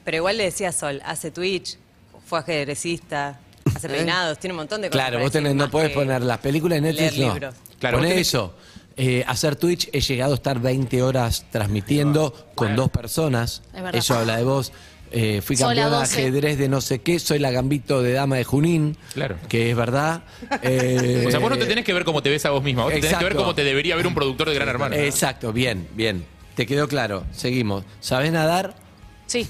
S13: Pero igual le decía a Sol, hace Twitch, fue ajedrecista, hace peinados, tiene un montón de cosas.
S6: ¿Eh? Claro,
S13: para
S6: vos
S13: decir,
S6: tenés, no
S13: más
S6: podés
S13: que-
S6: poner las películas de Netflix,
S13: leer
S6: no.
S13: libros.
S9: Claro,
S6: Poné
S9: vos tenés-
S6: eso. Eh, hacer Twitch, he llegado a estar 20 horas transmitiendo con dos personas.
S12: Es verdad.
S6: Eso habla de vos. Eh, fui
S12: Sola
S6: campeona de
S12: 12.
S6: ajedrez de no sé qué, soy la gambito de dama de Junín,
S9: Claro.
S6: que es verdad. Eh,
S9: O sea, vos no te tenés que ver cómo te ves a vos misma, vos te tenés que ver
S6: Exacto.
S9: cómo te debería ver un productor de Gran Hermano.
S6: Exacto, bien, bien. Te quedó claro. Seguimos. ¿Sabés nadar?
S12: Sí,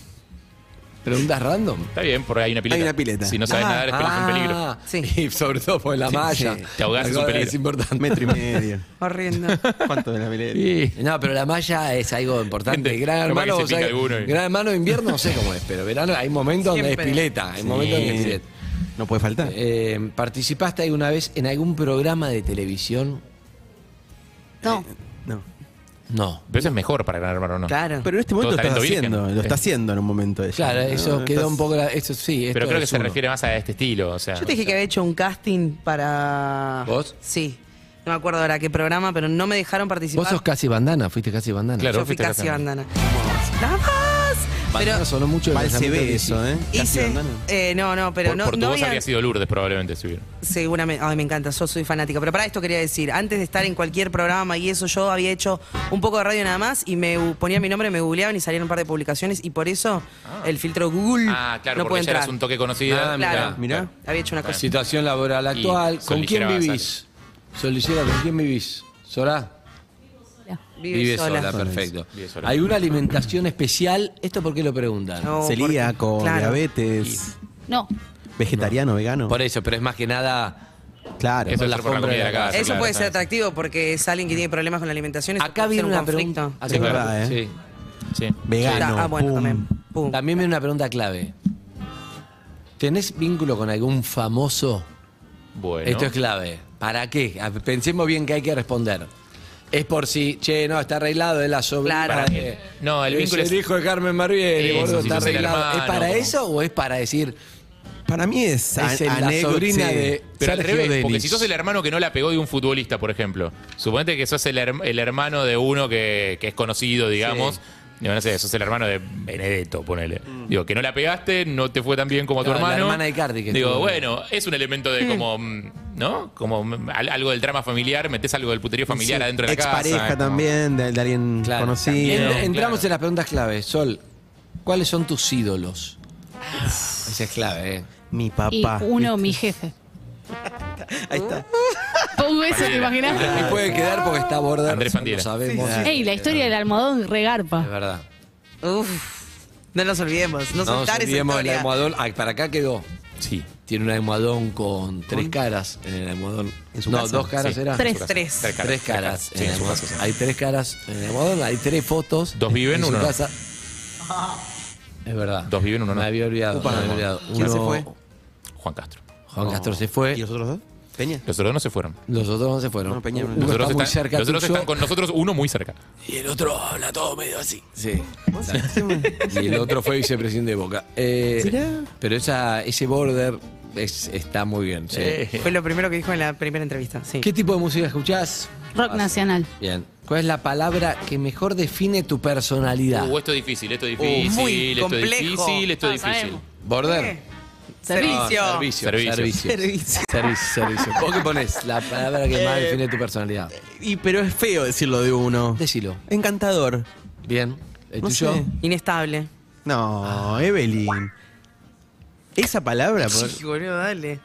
S6: Preguntas random.
S9: Está bien, por ahí hay una pileta.
S8: Hay una pileta.
S9: Si no sabes nadar, es
S6: Ah,
S9: un peligro.
S7: Sí.
S6: Y sobre todo por la malla.
S8: sí.
S9: Te ahogás, es un
S6: Algo
S9: peligro.
S6: Es importante.
S8: Metro y medio.
S7: Horrendo.
S8: ¿Cuánto de la pelea?
S6: No, pero la malla es algo importante.
S9: Gente,
S6: gran
S9: capaz
S6: hermano,
S9: que se
S6: vos
S9: pica
S6: sabés-
S9: alguno y-
S6: gran hermano de invierno, no sé cómo es, pero verano hay momentos donde
S7: Siempre.
S6: es pileta. Hay momentos donde es pileta.
S8: Eh, No puede faltar.
S6: Eh, ¿Participaste alguna vez en algún programa de televisión?
S12: no,
S8: no.
S6: No.
S9: Pero eso es mejor para Gran Hermano, ¿no?
S7: Claro.
S8: Pero en este
S9: Todo
S8: momento lo estás
S9: talento
S8: haciendo,
S9: virgen.
S8: lo está haciendo en un momento. ella,
S6: Claro,
S9: Ah,
S8: ¿no?
S6: eso quedó
S8: Estás-
S6: un poco. la- Eso sí, esto
S9: Pero creo que
S6: es
S9: se
S6: uno.
S9: refiere más a este estilo, o sea.
S7: Yo te dije que había hecho un casting para.
S6: ¿Vos?
S7: Sí. No me acuerdo ahora qué programa, pero no me dejaron participar.
S6: Vos sos casi bandana, fuiste casi bandana.
S9: Claro.
S7: Yo fui
S9: fuiste
S7: casi
S9: casada.
S7: bandana. ¡La más! Pero
S6: Bandana sonó mucho el
S8: Mal se
S6: lanzamiento
S8: ve
S6: que
S8: eso, ¿eh? Casi
S7: hice.
S8: bandana.
S7: eh, no, no, pero
S9: por,
S7: no.
S9: por tu
S7: no
S9: voz
S7: había-
S9: habría sido Lourdes, probablemente, si hubiera.
S6: Mm.
S7: Seguramente, ay, me encanta, yo soy fanática. Pero para esto quería decir, antes de estar en cualquier programa y eso, yo había hecho un poco de radio nada más y me gu- ponía mi nombre, me googleaban y salían un par de publicaciones y por eso el filtro Google
S9: Ah, claro,
S7: no
S9: porque
S7: puede
S9: ya eras
S7: entrar.
S9: un toque conocida.
S6: Ah,
S7: Claro.
S8: ¿eh? Mirá.
S7: Había hecho una cosa.
S6: Situación laboral actual.
S9: Sol
S6: ¿Con quién
S9: Ligera
S6: vivís? Solicera, ¿con quién vivís? ¿Sorá?
S7: Vive, sola.
S6: perfecto.
S9: Vive sola.
S6: ¿Hay una alimentación especial? ¿Esto por qué lo preguntan?
S7: No, porque-
S8: Celíaco,
S7: claro.
S8: diabetes,
S12: no.
S8: vegetariano, vegano.
S6: Por eso, pero es más que nada.
S8: Claro.
S9: Eso
S6: Con
S9: es
S6: la
S9: por la
S6: alfombra
S9: comida de
S6: de
S9: la
S6: la
S9: casa.
S7: Eso
S9: claro,
S7: puede ser
S9: está bien.
S7: atractivo porque es alguien que tiene problemas con la alimentación. eso
S6: Acá
S7: puede
S6: viene
S7: ser un
S6: una
S7: conflicto.
S6: pregunta.
S8: Es verdad, ¿eh?
S6: Sí.
S9: Sí.
S8: Vegano.
S7: ah, bueno,
S8: pum.
S7: también. Pum.
S6: También viene una pregunta clave. ¿Tenés vínculo con algún famoso?
S9: Bueno.
S6: Esto es clave. ¿Para qué? A- Pensemos bien que hay que responder. Es por si, che, no, está arreglado, es la sobrina.
S7: Claro.
S6: de-
S9: Para- no, el vínculo
S6: es
S9: es-
S6: el hijo de Carmen Barbieri,
S9: Eso,
S6: boludo,
S9: si
S6: está
S9: sos el
S6: arreglado.
S9: hermano,
S6: ¿Es para
S9: como-
S6: eso o es para decir,
S8: Para mí es, a-
S6: es el- la
S8: anécdota,
S6: sobrina
S8: sí.
S6: de
S9: Eh, Pero al
S6: Sergio
S9: revés, porque
S6: Denis?
S9: si sos el hermano que no la pegó de un futbolista, por ejemplo, suponete que sos el, her- el hermano de uno que, que es conocido, digamos, Digo, no sé, sos el hermano de Benedetto, ponele. Digo, que no la pegaste, no te fue tan bien como a tu
S6: Mm. Claro, la
S9: hermano.
S6: hermana de Icardi que
S9: Digo,
S6: estuvo-
S9: bueno, es un elemento de como, mm, ¿no? Como mm, al- algo del drama familiar, metés algo del puterío familiar
S8: Sí,
S9: adentro de la casa.
S8: Expareja también, de, de alguien conocido.
S6: En- entramos en las preguntas clave. Sol, ¿cuáles son tus ídolos? Esa es clave, ¿eh?
S8: Mi
S12: Y uno, mi jefe.
S8: Ahí está.
S12: Pongo eso, ¿te imaginas?
S6: Y puede quedar porque está border.
S9: Andrés
S6: Pandiera. Lo sabemos.
S12: Ey, la historia del almohadón regarpa.
S6: Es verdad.
S7: Uf, no nos olvidemos, no,
S6: No nos
S7: soltar esa
S6: olvidemos del
S7: historia.
S6: almohadón. Ay, para acá quedó.
S9: Sí.
S6: Tiene un almohadón con tres caras en el almohadón.
S8: su
S6: no,
S8: casa?
S6: dos caras
S9: Sí,
S6: era.
S12: Tres.
S7: Tres.
S9: Tres caras.
S6: Tres caras.
S9: Sí,
S6: en el
S9: en su
S6: almohadón.
S9: casa, sí.
S6: Hay tres caras en el almohadón, hay tres fotos.
S9: Dos viven,
S6: en su
S9: uno no.
S6: casa. Es verdad.
S9: Dos viven, uno no.
S6: Me había olvidado.
S8: Upa,
S6: me había olvidado.
S8: ¿quién se
S6: Uno-
S8: fue?
S9: Juan Castro.
S6: Juan Castro se fue.
S8: Oh. ¿Y los otros dos? Peña.
S9: Los otros no se fueron.
S6: Los otros no se fueron.
S8: No, Peña,
S6: Uno
S8: no.
S9: Los
S6: está
S9: otros,
S6: muy
S9: están,
S6: cerca
S9: los otros
S6: tuyo
S9: están con nosotros, uno muy cerca.
S6: y el otro habla todo medio así. Sí. y el otro fue vicepresidente de Boca. Eh,
S8: Mirá.
S6: pero esa, ese border es- está muy bien. sí.
S7: Fue lo primero que dijo en la primera entrevista, sí.
S6: ¿Qué tipo de música escuchás?
S12: Rock nacional.
S6: Bien. ¿Cuál es la palabra que mejor define tu personalidad?
S9: Uh, esto es difícil, esto es difícil,
S7: muy
S9: esto es
S7: complejo.
S9: difícil, esto es
S12: Ah,
S9: difícil.
S12: sabemos.
S6: ¿Border? Ah, servicio.
S9: Servicio.
S6: Servicio.
S7: Servicio.
S6: Servicio. servicio. ¿Vos qué ponés? La palabra que
S8: Eh,
S6: más define tu personalidad.
S8: Y, pero es feo decirlo de uno.
S6: Decilo.
S8: Encantador.
S6: Bien. ¿El
S8: No
S6: tuyo?
S8: sé.
S7: Inestable.
S8: No, Evelyn. Esa palabra. por-
S7: Sí, boludo, dale.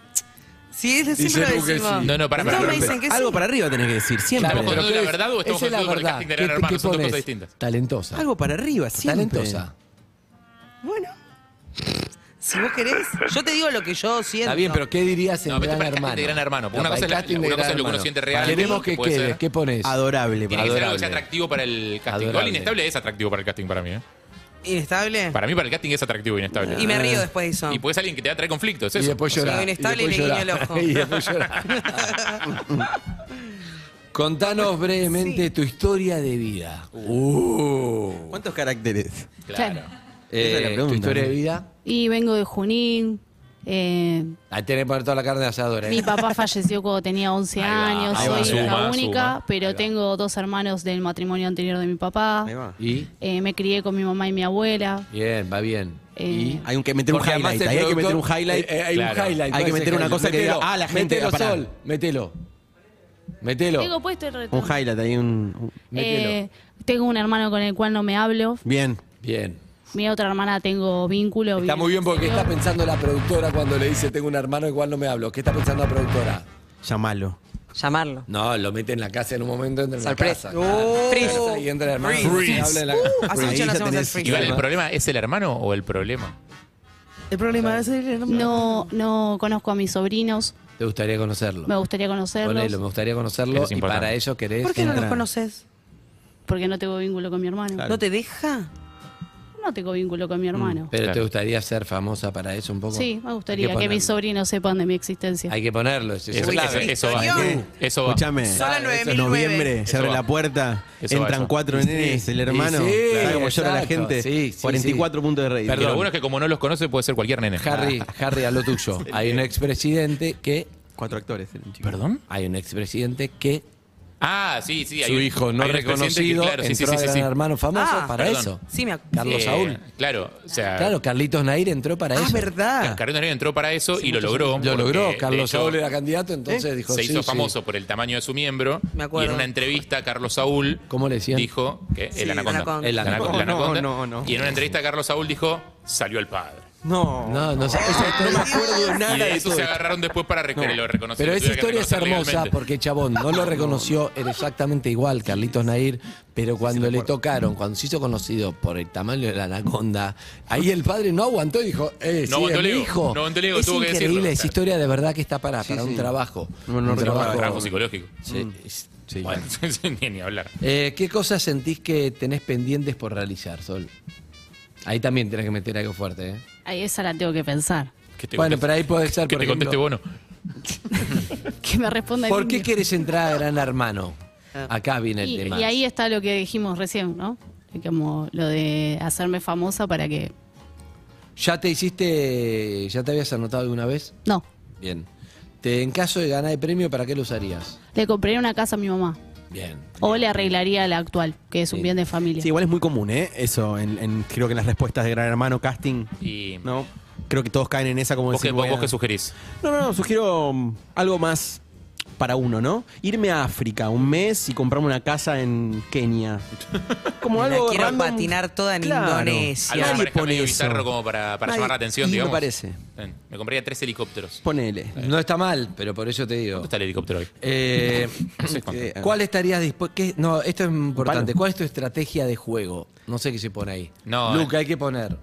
S7: Sí, es de
S6: Dice
S7: siempre lo
S6: Luke que
S7: decimos.
S6: sí.
S9: No, no, pará,
S7: Todos
S9: pará,
S7: me
S9: pará,
S7: dicen que sí.
S8: Algo para arriba tenés que decir, siempre.
S9: Claro, pero- ¿Contando la verdad o estamos
S6: Esa es la
S9: contando por el
S6: verdad.
S9: casting de Gran
S6: ¿Qué-
S9: Hermano?
S6: qué
S9: Son dos
S6: ponés?
S9: cosas distintas.
S6: Talentosa.
S8: Algo para arriba, siempre.
S6: Talentosa.
S7: Bueno. Si vos querés. Yo te digo lo que yo siento.
S6: Está bien, pero ¿qué dirías en
S9: No, pero
S6: Gran
S9: para el casting
S6: Hermano?
S9: de Gran Hermano, porque
S6: No,
S9: una
S6: para
S9: cosa
S6: el
S9: es la-
S6: casting
S9: una
S6: de
S9: cosa
S6: Gran
S9: es lo que uno
S6: Hermano.
S9: siente real,
S6: Queremos
S9: que
S6: que
S9: puede
S6: quede.
S9: ser.
S6: ¿Qué pones?
S8: Adorable.
S9: Tiene que ser algo que
S6: Adorable.
S9: sea atractivo para el casting.
S6: Adorable.
S9: Igual inestable es atractivo para el casting para mí. ¿eh?
S7: ¿Inestable?
S9: Para mí, para el casting es atractivo inestable.
S7: Y me río después de eso.
S9: Y puedes alguien que te va a traer conflictos.
S6: Y
S9: eso.
S6: después
S9: O sea,
S6: llorar.
S7: soy inestable y
S6: después
S7: le guiño el
S6: llorar.
S7: ojo.
S6: Y después llorar. Contanos brevemente tu historia de vida. Uh.
S8: ¿Cuántos caracteres?
S9: Claro.
S8: Esa es
S6: Eh,
S8: la
S6: tu
S8: pregunta,
S6: historia
S8: ¿no?
S6: de vida.
S12: Y vengo de Junín. eh,
S6: Ahí tenés que poner toda la carne de asador. ¿eh?
S12: mi papá falleció cuando tenía 11
S6: Ahí va,
S12: años.
S6: ahí
S12: Soy
S6: va,
S12: hija
S9: suma,
S12: única,
S9: suma.
S12: pero tengo dos hermanos del matrimonio anterior de mi papá.
S7: Ah.
S8: Ahí va.
S6: ¿Y?
S12: Eh, me crié con mi mamá y mi abuela.
S6: Bien, va bien.
S12: Eh,
S6: ¿Y?
S8: Hay un que meter un
S6: Porque además
S8: highlight.
S6: el
S8: Ahí hay que meter un
S6: productor-
S8: highlight.
S6: eh, eh, hay
S9: Claro.
S6: un highlight.
S8: Hay
S6: ¿cuál
S8: que
S6: es
S8: meter
S6: el
S8: una cosa que diga,
S6: Metelo,
S8: ah, la gente,
S6: Metelo,
S8: ah, pará.
S6: Sol. Metelo. Metelo.
S12: Tengo puesto el
S8: Un
S12: retorno.
S8: highlight, hay un. un-
S6: Metelo.
S12: pues, Eh, tengo un hermano con el cual no me hablo.
S8: Bien.
S6: Bien.
S12: Mi otra hermana tengo vínculo.
S6: Está
S12: vive-
S6: muy bien porque está pensando la productora cuando le dice tengo un hermano igual no me hablo. ¿Qué está pensando la productora?
S8: Llamalo.
S13: Llamarlo.
S6: No, lo mete en la casa en un momento entra en
S13: Sorpresa.
S6: la casa.
S13: Freeze.
S6: Claro, Y entra el hermano.
S9: Freeze.
S6: y habla en la-
S7: Hace
S8: Ahí
S7: mucho
S8: ya
S7: no hacemos el
S8: tenés-
S7: free.
S9: Igual, ¿el problema es el hermano o el problema?
S7: El problema es el
S12: No, no conozco a mis sobrinos.
S6: Te gustaría conocerlo.
S12: Me gustaría
S6: Ponelo, me
S12: conocerlos
S6: gustaría conocerlo
S9: Eso es
S6: y
S9: importante.
S6: para ello querés.
S7: ¿Por qué no los
S6: entrar.
S7: conoces?
S12: porque no tengo vínculo con mi hermano.
S7: ¿No te deja?
S12: No tengo vínculo
S6: Mm.
S12: con mi hermano.
S6: Pero te
S9: Claro.
S6: gustaría ser famosa para eso un poco.
S12: Sí, me
S6: Hay
S12: gustaría que,
S6: ponerlo.
S12: mis sobrinos sepan de mi existencia.
S6: Hay que ponerlo. Eso, es
S9: Eso, eso,
S6: clave.
S9: eso va. ¿eh?
S7: Historión.
S9: Eso va.
S8: Escúchame.
S7: Solo
S8: Claro,
S7: 9009.
S8: eso es Noviembre,
S7: Eso
S8: se abre
S9: va.
S8: la puerta,
S9: Eso va,
S8: entran
S9: eso va.
S8: cuatro
S6: Sí.
S8: nenes, el
S6: Y
S8: hermano.
S6: sí,
S8: ¿Sabe cómo llora la
S6: exacto.
S8: gente?
S6: Sí, sí,
S8: 44 puntos de rey.
S9: Pero lo bueno es que como no los conoce, puede ser cualquier nene.
S6: Harry, Harry, a lo tuyo. Hay un expresidente que.
S8: Cuatro actores. era un chico.
S9: ¿Perdón?
S6: Hay un expresidente que
S9: Ah, sí, sí. hay
S6: su
S9: un-
S6: hijo no
S9: hay un expresidente que,
S6: reconocido
S9: claro, sí, sí,
S6: entró
S9: sí,
S6: a
S9: sí,
S6: Gran
S9: sí.
S6: hermano famoso
S7: Ah,
S6: para
S9: perdón.
S6: eso.
S7: Sí, me ac-
S6: Carlos
S9: Eh,
S6: Saúl.
S9: Claro, o sea.
S6: Claro, Carlitos Nair entró para
S7: Ah,
S6: eso.
S7: verdad.
S9: Carlos Noriega entró para eso y lo logró.
S6: Lo logró.
S9: porque, de
S6: Carlos
S9: hecho,
S6: Saúl era candidato, entonces dijo
S9: se
S6: sí,
S9: hizo
S6: sí.
S9: famoso por el tamaño de su miembro.
S7: Me acuerdo.
S9: Y en una entrevista, Carlos Saúl
S6: ¿Cómo le decían?
S9: dijo que
S7: Sí,
S9: el anaconda.
S7: anaconda.
S6: El anaconda.
S9: el anaconda.
S8: No, no, no.
S9: Y en una entrevista, Carlos Saúl dijo: salió el padre.
S8: No.
S6: No, no sé. esa historia- Ah,
S9: y de eso se agarraron después para rec- lo reconocer.
S6: Pero
S9: lo
S6: esa
S9: tuvieron que
S6: historia es
S9: reconocer
S6: hermosa
S9: legalmente.
S6: porque el Chabón no lo reconoció, era exactamente igual Carlitos Nair, pero cuando le tocaron, cuando se hizo conocido por el tamaño de la anaconda, ahí el padre no aguantó y dijo, eh,
S9: No
S6: sí,
S9: aguantó
S6: es
S9: el
S6: mi
S9: ego,
S6: hijo.
S9: no aguantó el ego,
S6: es
S9: tuvo que
S6: increíble,
S9: decirlo,
S6: esa
S9: claro.
S6: historia de verdad que está para, para un trabajo.
S8: No, no
S6: un
S8: recordaba,
S6: trabajo,
S9: Trabajo psicológico.
S6: Sí, es- sí,
S9: Bueno,
S6: bueno.
S9: ni, ni hablar.
S6: Eh, ¿Qué cosas sentís que tenés pendientes por realizar, Sol? Ahí también tenés que meter algo fuerte, ¿eh?
S12: Ahí esa la tengo que pensar.
S9: Que te
S6: Bueno,
S9: conteste-
S6: pero ahí puede ser,
S9: que
S6: por
S9: te
S6: ejemplo,
S9: conteste Bono.
S12: Que me responda el
S6: ¿Por qué
S12: niño.
S6: quieres entrar a Gran Hermano? Acá viene el
S12: Ah. y,
S6: tema.
S12: y ahí está lo que dijimos recién, ¿no? Como lo de hacerme famosa para que.
S6: ¿Ya te hiciste, ya te habías anotado alguna vez?
S12: No.
S6: Bien. Te, en caso de ganar el premio, ¿para qué lo usarías?
S12: Le compré una casa a mi mamá.
S6: Bien.
S12: O le arreglaría la actual, que es un bien de familia.
S8: Sí, igual es muy común, ¿eh? Eso, en, en- creo que en las respuestas de Gran Hermano Casting,
S9: Y
S8: ¿no? Creo que todos caen en esa como
S9: vos,
S8: decir,
S9: qué, vos,
S8: voy a-
S9: vos qué sugerís.
S8: No, no, no, sugiero mm, algo más para uno, ¿no? Irme a África un mes y comprarme una casa en Kenia. Como
S7: La
S8: algo
S7: quiero
S8: random.
S7: patinar toda en
S8: Claro.
S7: Indonesia.
S9: Algo que
S8: Nadie
S9: parezca
S8: pone
S9: medio
S8: eso.
S9: bizarro como para, para
S8: Nadie-
S9: llamar la atención,
S8: sí, me
S9: digamos.
S6: parece.
S9: Bien, Me compraría tres helicópteros.
S8: Ponele.
S6: No está mal, pero por eso te digo.
S9: ¿Dónde está el helicóptero hoy?
S6: Eh,
S9: No sé cuánto.
S6: eh, ¿Cuál estarías dispuesto? No, esto es importante. ¿Cuál es tu estrategia de juego? No sé qué se pone ahí.
S9: No, eh.
S6: Luca, hay que poner.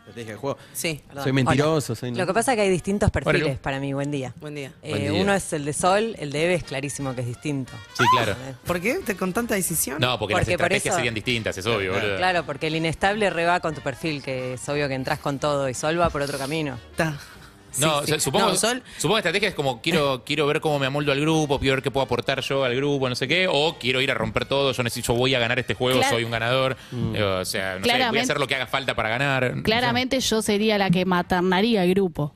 S8: Estrategia de juego.
S7: Sí, perdón.
S8: Soy mentiroso, soy-
S13: Lo que pasa es que hay distintos perfiles
S9: Bueno.
S13: para mí. Buen día.
S7: Buen día.
S13: Eh,
S9: Buen día.
S13: Uno es el de Sol, el de Eve es clarísimo que es distinto.
S9: Sí, claro.
S7: ¿Por qué? ¿Te- ¿Con tanta decisión?
S9: No, porque, las
S13: Porque por
S9: estrategias
S13: eso-
S9: serían distintas, es obvio, boludo.
S13: Claro, porque el inestable reba con tu perfil, que es obvio que entras con todo y Sol va por otro camino.
S7: Está.
S9: No,
S7: Sí,
S9: o sea,
S7: sí.
S9: supongo,
S7: No, Sol,
S9: supongo que estrategia es como quiero, quiero ver cómo me amoldo al grupo, quiero ver qué puedo aportar yo al grupo, no sé qué, o quiero ir a romper todo, yo necesito, yo voy a ganar este juego,
S12: Claro.
S9: soy un ganador.
S6: Mm.
S9: Eh, O sea, no sé, voy a
S12: Claramente-
S9: hacer lo que haga falta para ganar.
S12: Claramente yo sería la que maternaría el grupo.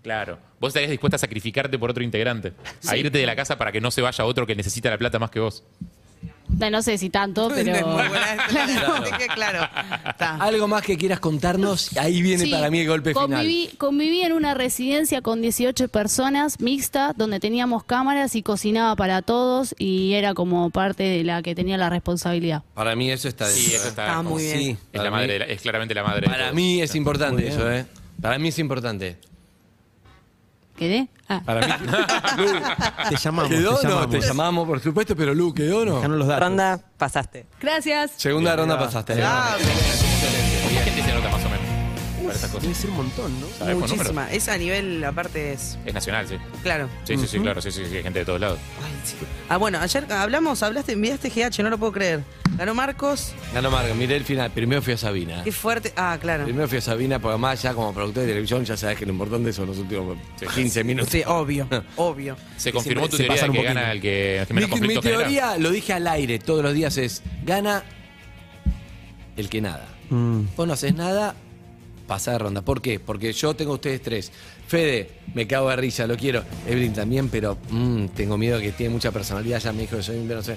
S9: Claro. Vos estarías dispuesta a sacrificarte por otro integrante, a irte de la casa para que no se vaya otro que necesita la plata más que vos.
S12: No, no sé si tanto, pero...
S7: Es muy buena
S12: Claro.
S7: estrategia, claro. Está.
S6: Algo más que quieras contarnos, ahí viene
S12: Sí,
S6: para mí el golpe
S12: conviví,
S6: final.
S12: Conviví en una residencia con 18 personas, mixta, donde teníamos cámaras y cocinaba para todos y era como parte de la que tenía la responsabilidad.
S6: Para mí eso está
S9: Sí,
S6: dentro,
S9: eso
S6: ¿eh?
S9: está.
S7: Está muy bien.
S6: Sí,
S9: Es,
S6: para
S9: la madre
S6: mí-
S9: de la- es claramente la madre. de
S6: Para
S9: todo.
S6: mí es importante
S8: Muy bien.
S6: eso, ¿eh? Para mí es importante.
S12: ¿Quedé? Ah.
S6: Para mí.
S8: Te llamamos,
S6: ¿Quedó
S8: te
S6: o no?
S8: llamamos.
S6: Te llamamos, por supuesto, pero Lu, ¿quedó o no?
S8: Dejanos los datos.
S13: Ronda, pasaste.
S12: Gracias.
S6: Segunda ronda pasaste.
S9: ¿Cuánta gente se anota más o menos para esas cosas?
S8: Debe ser un montón, ¿no?
S9: ¿Sabés por número?
S7: Muchísima. Es a nivel, aparte es.
S9: Es nacional, sí.
S7: Claro.
S9: Sí, sí, sí, claro, sí, sí, sí, hay gente de todos lados.
S7: Ah, bueno, ayer hablamos, hablaste, enviaste GH, no lo puedo creer. Ganó Marcos,
S6: Ganó Marga, miré el final. Primero fui a Sabina.
S7: qué fuerte. Ah, claro.
S6: Primero fui a Sabina, porque además ya como productor de televisión ya sabes que lo importante son los últimos 15 minutos.
S7: Sí, obvio, obvio.
S9: Se confirmó
S8: se
S9: tu teoría
S8: pasan
S9: de
S8: un
S9: que
S8: poquito.
S9: gana el que, el
S6: Mi,
S9: que menos eh, conflicto
S6: mi
S9: genera.
S6: teoría, lo dije al aire todos los días, es gana el que nada.
S8: Mm.
S6: Vos no haces nada, pasa de ronda. ¿Por qué? Porque yo tengo a ustedes tres. Fede, me cago de risa, lo quiero. Evelyn también, pero mm, tengo miedo que tiene mucha personalidad. Ya me dijo que soy un no sé.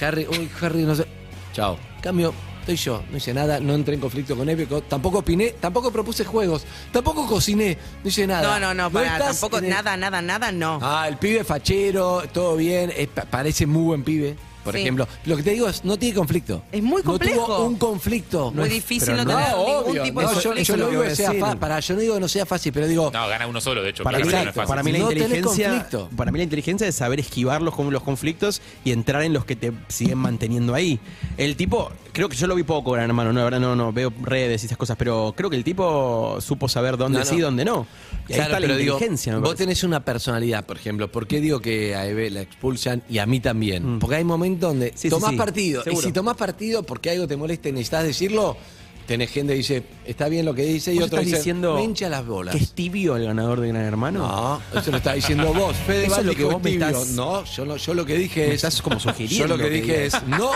S6: Harry, uy, Harry, no sé. Chao. Cambio. Estoy yo, no hice nada, no entré en conflicto con Epico, tampoco opiné, tampoco propuse juegos, tampoco cociné, no hice nada.
S7: No, no, no, para,
S6: estás
S7: tampoco
S6: en el-
S7: nada, nada, nada, no.
S6: Ah, el pibe fachero, todo bien, es pa- parece muy buen pibe, por
S7: Sí.
S6: ejemplo. Lo que te digo es, no tiene conflicto.
S7: Es muy
S6: No tuvo
S7: complejo.
S6: un conflicto.
S7: Muy difícil
S6: pero
S7: no tener ningún
S6: obvio,
S7: tipo de
S6: no, yo,
S7: conflicto.
S6: yo
S7: Eso
S6: no
S7: lo
S6: digo
S7: voy a
S6: que sea
S7: decir.
S6: fa- para, yo no digo que no sea fácil, pero digo,
S9: No, gana uno solo, de hecho.
S8: Para mí,
S9: claramente no
S8: la,
S9: es fácil.
S8: para mí la
S6: No tenés
S8: inteligencia,
S6: conflicto.
S8: para mí la inteligencia es saber esquivar los, los conflictos y entrar en los que te siguen manteniendo ahí. El tipo, creo que yo lo vi poco, gran hermano, no, la verdad no, no veo redes y esas cosas, pero creo que el tipo supo saber dónde
S6: No, no.
S8: sí, dónde no. Y ahí
S6: Claro,
S8: está la
S6: pero digo,
S8: inteligencia. me
S6: vos
S8: parece.
S6: tenés una personalidad, por ejemplo. ¿Por qué digo que a Eve la expulsan y a mí también? Porque hay momentos donde
S8: Sí, sí,
S6: tomás
S8: sí,
S6: partido.
S8: seguro.
S6: Y si tomás partido porque algo te molesta y necesitas decirlo, tenés gente que dice, está bien lo que dice, y
S8: ¿Vos
S6: otro
S8: estás
S6: dice,
S8: diciendo
S6: me hincha las bolas.
S8: que es tibio el ganador de Gran Hermano?
S6: No, eso lo estás diciendo vos. Fede
S8: Eso es
S6: Val
S8: lo que
S6: dijo
S8: vos me
S6: tibio.
S8: estás-
S6: No, yo, no- yo lo que dije
S8: Me
S6: es.
S8: estás como
S6: Yo
S8: sugiriendo
S6: lo que,
S8: que
S6: dije
S8: diga.
S6: es no,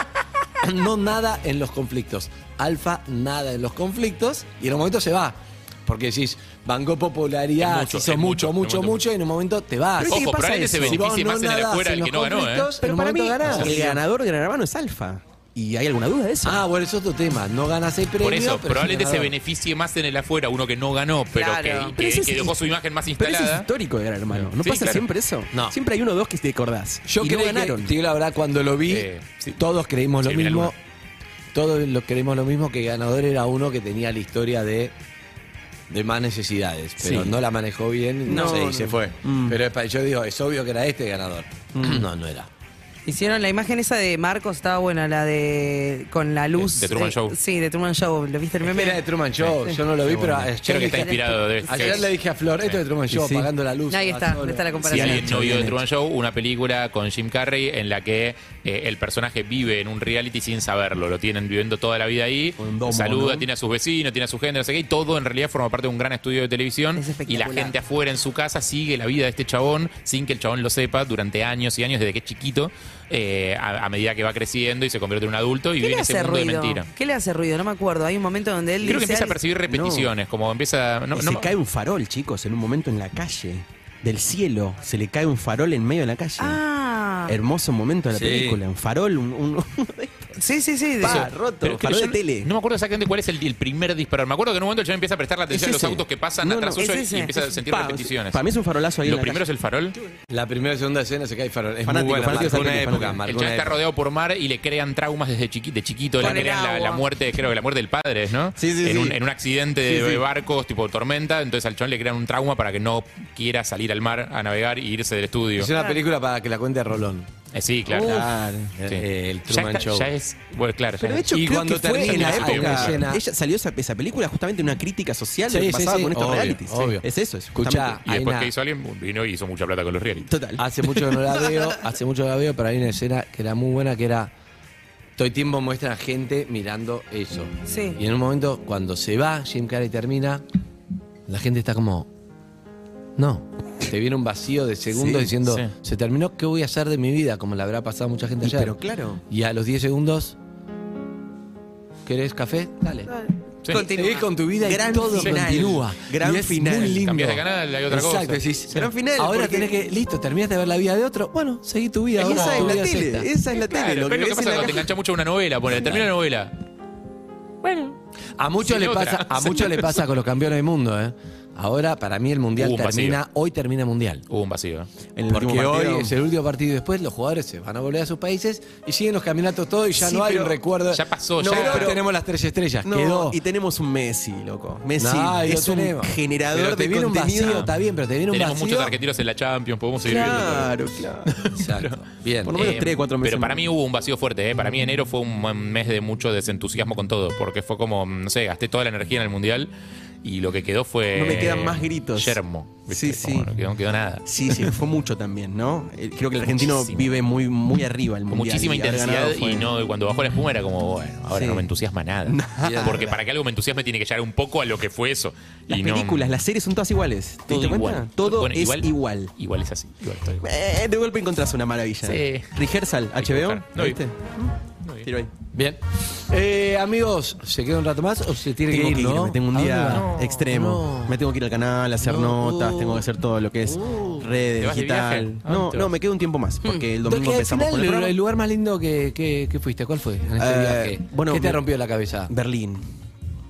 S6: no nada en los conflictos. Alfa, nada en los conflictos. Y en un momento se va. Porque decís, bancó popularidad,
S9: Es mucho,
S6: hizo
S9: es
S6: mucho,
S9: mucho, es
S6: mucho,
S9: mucho.
S6: mucho, y en un momento te vas.
S9: Ojo,
S8: pasa
S9: probablemente se
S8: eso?
S9: beneficie
S6: Si vos
S9: más
S6: no
S9: en el
S6: nadás
S9: afuera
S6: en
S9: el que
S6: los
S9: no ganó, ¿eh?
S6: conflictos,
S8: Pero
S6: en un
S8: para mí,
S6: momento ganás.
S8: el ganador de Gran Hermano es Alfa. ¿Y hay alguna duda de eso?
S6: Ah, bueno, es otro tema. No ganas el premio.
S9: Por eso,
S6: pero
S9: probablemente
S6: es
S9: se
S6: ganador.
S9: beneficie más en el afuera uno que no ganó, pero
S7: Claro.
S9: que-
S7: Pero
S9: que,
S8: eso es
S9: que dejó su imagen más
S8: Pero eso es
S9: instalada.
S8: histórico de Gran Hermano. ¿No
S9: Sí,
S8: pasa
S9: claro.
S8: siempre eso?
S6: No.
S8: Siempre hay uno o dos que te acordás.
S6: Yo
S8: y
S6: creo
S8: no
S6: que,
S8: ganaron.
S6: te digo la verdad, cuando lo vi,
S9: Eh, sí.
S6: todos creímos lo
S9: Sí, mira
S6: mismo.
S9: alguna.
S6: Todos lo creímos lo mismo que ganador era uno que tenía la historia de de más necesidades, pero
S8: Sí.
S6: no la manejó bien, no,
S7: No,
S6: sé, y
S7: no.
S6: se fue.
S8: Mm.
S6: Pero es pa- yo digo, es obvio que era este ganador. No, no era.
S7: Hicieron la imagen esa de Marcos, estaba buena, la de. con la luz.
S9: De- de Truman Show.
S7: Sí, de Truman Show. ¿Lo viste el meme?
S6: Era de Truman Show, yo no lo vi, pero ayer,
S9: Creo que está
S6: dije-
S9: inspirado de
S6: ayer le dije a Flor, esto es de Truman
S8: Sí,
S6: Show,
S8: sí.
S6: apagando la luz.
S7: Ahí está,
S6: solo.
S7: está la
S9: Si
S7: comparación.
S9: alguien no vio The
S6: Bien
S9: Truman Show, una película con Jim Carrey en la que eh, el personaje vive en un reality sin saberlo. Lo tienen viviendo toda la vida ahí.
S8: Con un domo,
S9: saluda,
S8: ¿no?
S9: tiene a sus vecinos, tiene a su gente, no sé qué. Y todo en realidad forma parte de un gran estudio de televisión.
S7: Es
S9: Y la
S7: espectacular.
S9: gente afuera en su casa sigue la vida de este chabón sin que el chabón lo sepa durante años y años, desde que es chiquito, eh, a, a medida que va creciendo y se convierte en un adulto y
S7: ¿Qué
S9: vive
S7: le
S9: en ese
S7: hace
S9: mundo de
S7: ruido?
S9: mentira.
S7: ¿Qué le hace ruido? No me acuerdo. Hay un momento donde él
S9: Creo que
S7: dice
S9: empieza a
S7: algo-
S9: percibir repeticiones, como empieza... no-
S8: Y
S9: no-
S8: se cae un farol, chicos, en un momento en la calle. Del cielo. Se le cae un farol en medio de la calle.
S7: Ah,
S8: hermoso momento de la
S9: Sí.
S8: película. Un farol, un. un-
S7: Sí, sí, sí.
S8: Pa, roto,
S9: Pero es que
S8: farol
S9: yo
S8: de tele.
S9: No me acuerdo exactamente cuál es el, el primer disparo. Me acuerdo que en un momento el chabón empieza a prestar la atención
S8: Es
S9: a los
S8: ese.
S9: autos que pasan
S8: No,
S9: atrás
S8: no, es
S9: suyo y-
S8: ese.
S9: y empieza a sentir
S8: Pa,
S9: repeticiones.
S8: para mí es un farolazo ahí en
S9: ¿Lo
S8: la
S9: primero
S8: calle.
S9: es el farol?
S6: La primera y segunda escena se cae el farol. Es
S8: Fanático,
S6: muy buena,
S8: fanático
S6: marcó una
S8: fanático,
S6: época,
S8: fanático.
S6: marcó
S9: El
S6: una
S9: chabón está
S6: época.
S9: rodeado por mar y le crean traumas desde chiqui- de chiquito, le
S6: Con el
S9: crean la, la
S6: agua.
S9: muerte, creo que la muerte del padre, ¿no?
S6: sí,
S9: en,
S6: sí.
S9: Un, en un accidente de
S6: Sí, sí.
S9: barcos tipo tormenta, entonces al chon le crean un trauma para que no quiera salir al mar a navegar y irse del estudio.
S6: Es una película para que la cuente Rolón.
S9: Eh, sí, claro.
S6: Uf. Claro, eh, el Truman
S9: ya está-
S6: Show.
S9: Ya es, bueno, claro.
S8: Pero
S9: ya
S8: de hecho,
S9: y
S8: creo
S9: cuando
S8: que fue
S9: termina
S8: en la
S9: se
S8: época.
S9: llena.
S8: Ella salió esa, esa película justamente una crítica social
S6: Sí,
S8: de lo que
S6: sí,
S8: pasaba
S6: sí,
S8: con estos
S6: obvio,
S8: realities. sí.
S6: obvio.
S8: Es eso, es
S6: Escuchá,
S8: justamente-
S9: Y después que hizo alguien, vino y hizo mucha plata con los reality.
S8: Total.
S6: Hace mucho que no la veo, hace mucho que la veo, pero hay una escena que era muy buena que era todo el tiempo muestra a gente mirando eso.
S7: Sí.
S6: Y en un momento cuando se va, Jim Carrey termina, la gente está como no, te viene un vacío de segundos
S8: Sí,
S6: diciendo,
S8: sí.
S6: se terminó, ¿qué voy a hacer de mi vida? Como le habrá pasado a mucha gente
S8: Y
S6: ayer.
S8: pero claro.
S6: Y a los 10 segundos ¿Querés café? Dale.
S9: Sí.
S7: Continúa.
S6: Seguí con tu vida
S8: Gran
S6: y todo
S8: final.
S6: continúa.
S8: Gran
S6: y es
S8: final.
S6: Muy lindo.
S9: Cambiás de canal, hay otra
S6: Exacto,
S9: cosa.
S6: decís,
S8: Gran final,
S6: Ahora
S8: porque-
S6: tenés que, listo, terminaste de ver la vida de otro. Bueno, seguí tu vida.
S8: Y
S6: ahora,
S8: esa es
S6: tu
S8: la
S6: vida
S8: tele,
S6: esta.
S8: esa es la
S9: Claro,
S8: tele. Lo que
S9: pero es lo que
S8: ves
S9: pasa
S8: en la
S9: cuando te
S8: calle.
S9: engancha mucho a una novela, ponele, termina la novela.
S6: A muchos
S9: Sin
S6: le
S9: otra.
S6: pasa, a muchos le pasa con los campeones del mundo, ¿eh? Ahora, para mí, el mundial
S9: Hubo un vacío.
S6: termina, hoy termina el mundial.
S9: Hubo Uh, un vacío. ¿no?
S8: En el
S6: Porque
S8: último partido-
S6: hoy es el último partido y después los jugadores se van a volver a sus países y siguen los campeonatos todos y ya
S8: Sí,
S6: no hay
S8: pero
S6: un recuerdo.
S9: Ya pasó,
S6: No,
S9: ya.
S6: pero tenemos las tres estrellas,
S8: No,
S6: quedó.
S8: y tenemos un Messi, loco. Messi
S6: No, y lo
S8: es un
S6: tenemos. Pero
S8: generador
S6: te
S8: de
S6: viene un
S8: contenido.
S6: vacío, está bien, pero te viene un
S9: Tenemos muchos
S6: vacío.
S9: argentinos en la Champions, podemos seguir viendo.
S8: Claro, claro.
S6: Exacto. Bien.
S8: Por lo menos
S9: Eh,
S8: tres, cuatro meses.
S9: Pero para
S8: más.
S9: mí hubo un vacío fuerte, ¿eh? Para mí enero fue un buen mes de mucho desentusiasmo con todo, porque fue como, no sé, gasté toda la energía en el Mundial y lo que quedó fue...
S8: No me quedan más gritos.
S9: Yermo.
S8: Sí,
S9: ¿viste?
S8: sí.
S9: Como No quedó, no quedó nada.
S8: Sí, sí, fue mucho también, ¿no? Eh, Creo que el argentino
S9: Muchísimo.
S8: vive muy, muy arriba el
S9: Con
S8: mundial.
S9: muchísima
S8: y haber
S9: intensidad
S8: ganado fue-
S9: y no y cuando bajó la espuma era como, bueno, ahora
S8: Sí.
S9: no me entusiasma nada. Porque para que algo me entusiasme tiene que llegar un poco a lo que fue eso.
S8: Las
S9: y no-
S8: películas, las series son todas iguales. ¿Te diste cuenta? Todo
S9: Bueno,
S8: es igual.
S9: igual. Igual es así. Igual, todo igual.
S8: Eh, de golpe encontrás una maravilla.
S9: Sí.
S8: Rehearsal,
S9: Hay que
S8: HBO.
S9: buscar. No vi.
S8: ¿Viste?
S9: No vi.
S8: Tiro ahí.
S6: Bien. Eh, amigos, ¿se queda un rato más o se tiene que
S8: Tengo
S6: ir,
S8: que
S6: no?
S8: irme, tengo un
S6: ¿A
S8: día
S6: dónde va?
S8: extremo.
S6: No.
S8: Me tengo que ir al canal, hacer
S6: No.
S8: notas, tengo que hacer todo lo que es
S6: Uh.
S9: ¿Te
S8: redes,
S9: vas de
S8: digital.
S9: viaje? ¿A
S8: No,
S9: dónde te
S8: no,
S9: vas? Hmm.
S8: me quedo un tiempo más, porque el
S6: Que
S8: domingo
S6: al
S8: empezamos
S6: final,
S8: con el
S6: el,
S8: programa.
S6: el lugar más lindo que, que- que fuiste, ¿cuál fue? En este
S8: Eh,
S6: viaje?
S8: bueno,
S6: ¿Qué te
S8: me-
S6: rompió la cabeza?
S8: Berlín.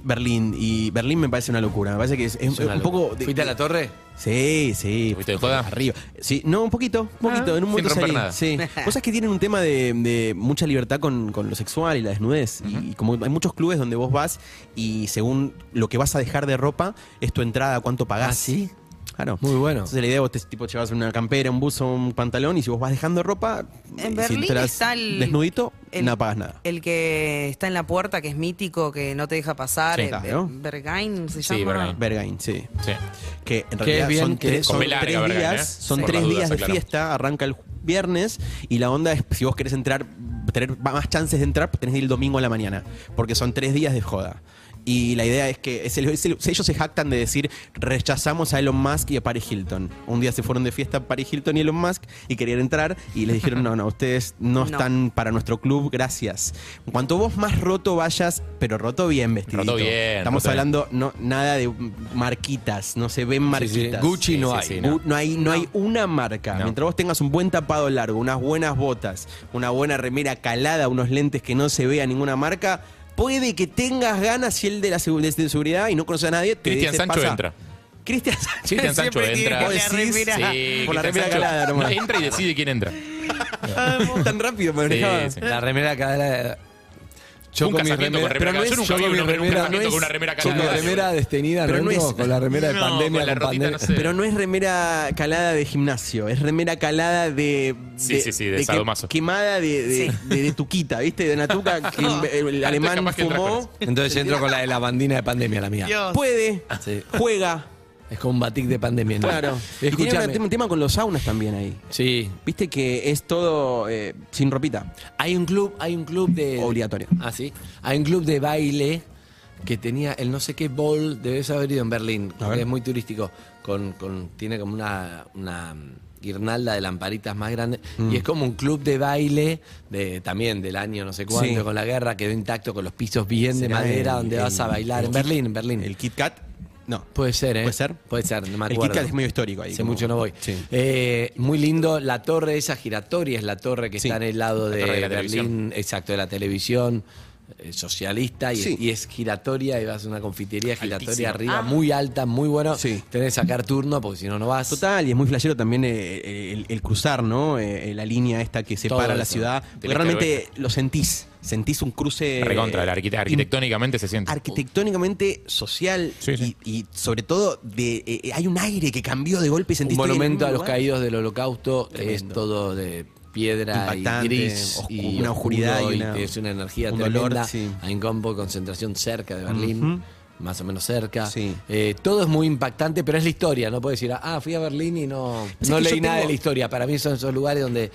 S8: Berlín. Y Berlín me parece una locura. Me parece que es, es
S6: Es una
S8: un poco.
S6: locura.
S8: de-
S6: ¿Fuiste a la torre?
S8: Sí, sí.
S9: ¿Fuiste de joda?
S8: Arriba. Sí, no, un poquito, un
S7: Ah.
S8: poquito. en un
S9: Sin
S8: momento
S9: romper
S8: salí.
S9: nada.
S8: Sí. Cosas que tienen un tema de, de mucha libertad con, con lo sexual y la desnudez. Y- Y como hay muchos clubes donde vos vas y según lo que vas a dejar de ropa es tu entrada, cuánto pagás.
S6: ¿Ah, sí?
S8: Claro.
S6: Muy bueno.
S8: Entonces la idea vos te tipo llevas una campera, un buzo, un pantalón y si vos vas dejando ropa,
S7: En
S8: y
S7: Berlín
S8: si entras
S7: está el-
S8: desnudito,
S7: el-
S8: no pagas nada.
S7: El que está en la puerta, que es mítico, que no te deja pasar.
S9: Sí,
S7: eh,
S8: claro.
S7: Berghain se
S9: Sí,
S7: llama.
S9: Berghain.
S8: Bergain, sí.
S9: Sí.
S8: Que en
S6: Qué
S8: realidad
S6: bien
S8: son
S6: que-
S8: tres,
S9: Con
S8: son
S9: B larga,
S8: tres
S9: Bergain,
S8: días,
S9: ¿eh?
S8: son
S9: Por
S8: tres
S9: las dudas,
S8: días de
S9: aclaramos.
S8: fiesta, arranca el viernes y la onda es, si vos querés entrar, tener más chances de entrar, tenés que ir el domingo a la mañana, porque son tres días de joda. Y la idea es que es el- es el- ellos se jactan de decir, rechazamos a Elon Musk y a Paris Hilton. Un día se fueron de fiesta Paris Hilton y Elon Musk y querían entrar y les dijeron, no, no, ustedes no,
S7: No.
S8: están para nuestro club, gracias. Cuanto vos más roto vayas, pero roto bien vestidito.
S9: Roto bien,
S8: Estamos
S9: roto bien.
S8: hablando no, nada de marquitas, no se ven marquitas.
S6: Gucci
S9: Sí,
S6: no
S9: sí,
S6: hay.
S9: sí,
S8: Gu- no. hay, no hay una marca.
S9: No.
S8: Mientras vos tengas un buen tapado largo, unas buenas botas, una buena remera calada, unos lentes que no se vea ninguna marca, puede que tengas ganas si el de la segu- de de seguridad y no conoces a nadie. te
S9: Cristian
S8: dice,
S9: Sancho
S8: "Pasa".
S9: entra.
S8: Cristian Sancho.
S9: Cristian Sancho
S7: Siempre tiene
S9: entra.
S7: que la
S9: Sí,
S7: remera.
S8: Por la
S9: Cristian
S8: remera
S9: Sancho
S8: calada nomás.
S9: Entra y decide quién entra.
S8: Tan rápido me
S9: Sí,
S8: manejaba.
S9: sí.
S6: La remera cadera. Yo
S9: Un
S6: con mi
S9: casamiento con
S6: remera, pero
S9: remera
S6: no
S9: calada.
S6: es, yo
S9: Yo nunca vi
S6: con mi
S9: un- un
S6: remera, no
S9: casamiento
S6: es,
S9: con una remera
S6: con mi
S9: calada.
S6: remera desteñida,
S8: Pero
S6: no,
S8: no
S6: entro,
S8: es-
S6: con la remera de
S9: No,
S6: pandemia,
S9: con la
S6: con
S9: rotita,
S6: pandemia.
S9: no sé.
S8: Pero no es remera calada de gimnasio, es remera calada de.
S9: Sí, sí, sí, de
S8: que-
S9: sadomaso.
S8: quemada de, de,
S7: Sí.
S8: de- de tuquita, ¿viste? De una tuca que el, el
S9: Entonces
S8: alemán
S9: capaz que entras
S8: fumó.
S9: con
S6: Entonces entro con la de la bandina de pandemia, la mía.
S7: Dios.
S8: Puede,
S6: Sí.
S8: juega.
S6: Es con un batik de pandemia. ¿no?
S8: Claro. Y tiene un
S6: Escuchame.
S8: tema- un tema con los saunas también ahí.
S6: Sí.
S8: Viste que es todo eh, sin ropita.
S6: Hay un club, hay un club de...
S8: Obligatorio.
S6: Ah, sí. Hay un club de baile que tenía el no sé qué ball, debes haber ido en Berlín,
S8: A
S6: que
S8: ver.
S6: es muy turístico, con, con- tiene como una, una guirnalda de lamparitas más grande,
S8: Mm.
S6: y es como un club de baile de también del año no sé cuánto,
S8: Sí.
S6: con la guerra, quedó intacto, con los pisos bien de
S8: ¿Será
S6: madera,
S8: el-
S6: donde
S8: el-
S6: vas a bailar,
S8: el
S6: en
S8: Kit-
S6: Berlín, en Berlín.
S8: El Kit Kat. No.
S6: Puede ser, ¿eh? Puede ser. Puede ser, no me
S8: El
S6: acuerdo.
S8: Kikal es medio histórico ahí,
S6: Hace
S8: como-
S6: mucho no voy. Eh, muy lindo, la torre esa giratoria es la torre que está en el lado de,
S9: torre de la
S6: Berlín, exacto, de la televisión eh, socialista y,
S9: Sí.
S6: y es giratoria y vas a una confitería giratoria
S8: Altísima.
S6: arriba,
S8: Ah.
S6: muy alta, muy bueno. Tenés que sacar turno porque si no, no vas.
S8: Total, y es muy flashero también eh, el, el cruzar, ¿no? Eh, eh, la línea esta que separa
S6: Todo
S8: la
S6: eso.
S8: ciudad.
S6: Del
S8: Porque realmente lo sentís. Sentís un cruce. eh,
S9: Recontra, la arquite- arquitectónicamente se siente.
S8: Arquitectónicamente, social Y, y sobre todo, de, eh, eh, hay un aire que cambió de golpe y
S6: Un
S8: sentiste.
S6: monumento a los caídos del holocausto es todo de piedra
S8: Impactante,
S6: y gris
S8: oscu-
S6: y
S8: una
S6: oscuro
S8: oscuridad y una-
S6: es una energía
S8: un
S6: tremenda
S8: dolor, sí.
S6: hay un campo de concentración cerca de Berlín
S8: Ujú.
S6: más o menos cerca Eh, todo es muy impactante pero es la historia no puedes decir ah fui a Berlín y no
S8: Es
S6: no
S8: que yo
S6: leí nada de
S8: tengo-
S6: la historia para mí son esos lugares donde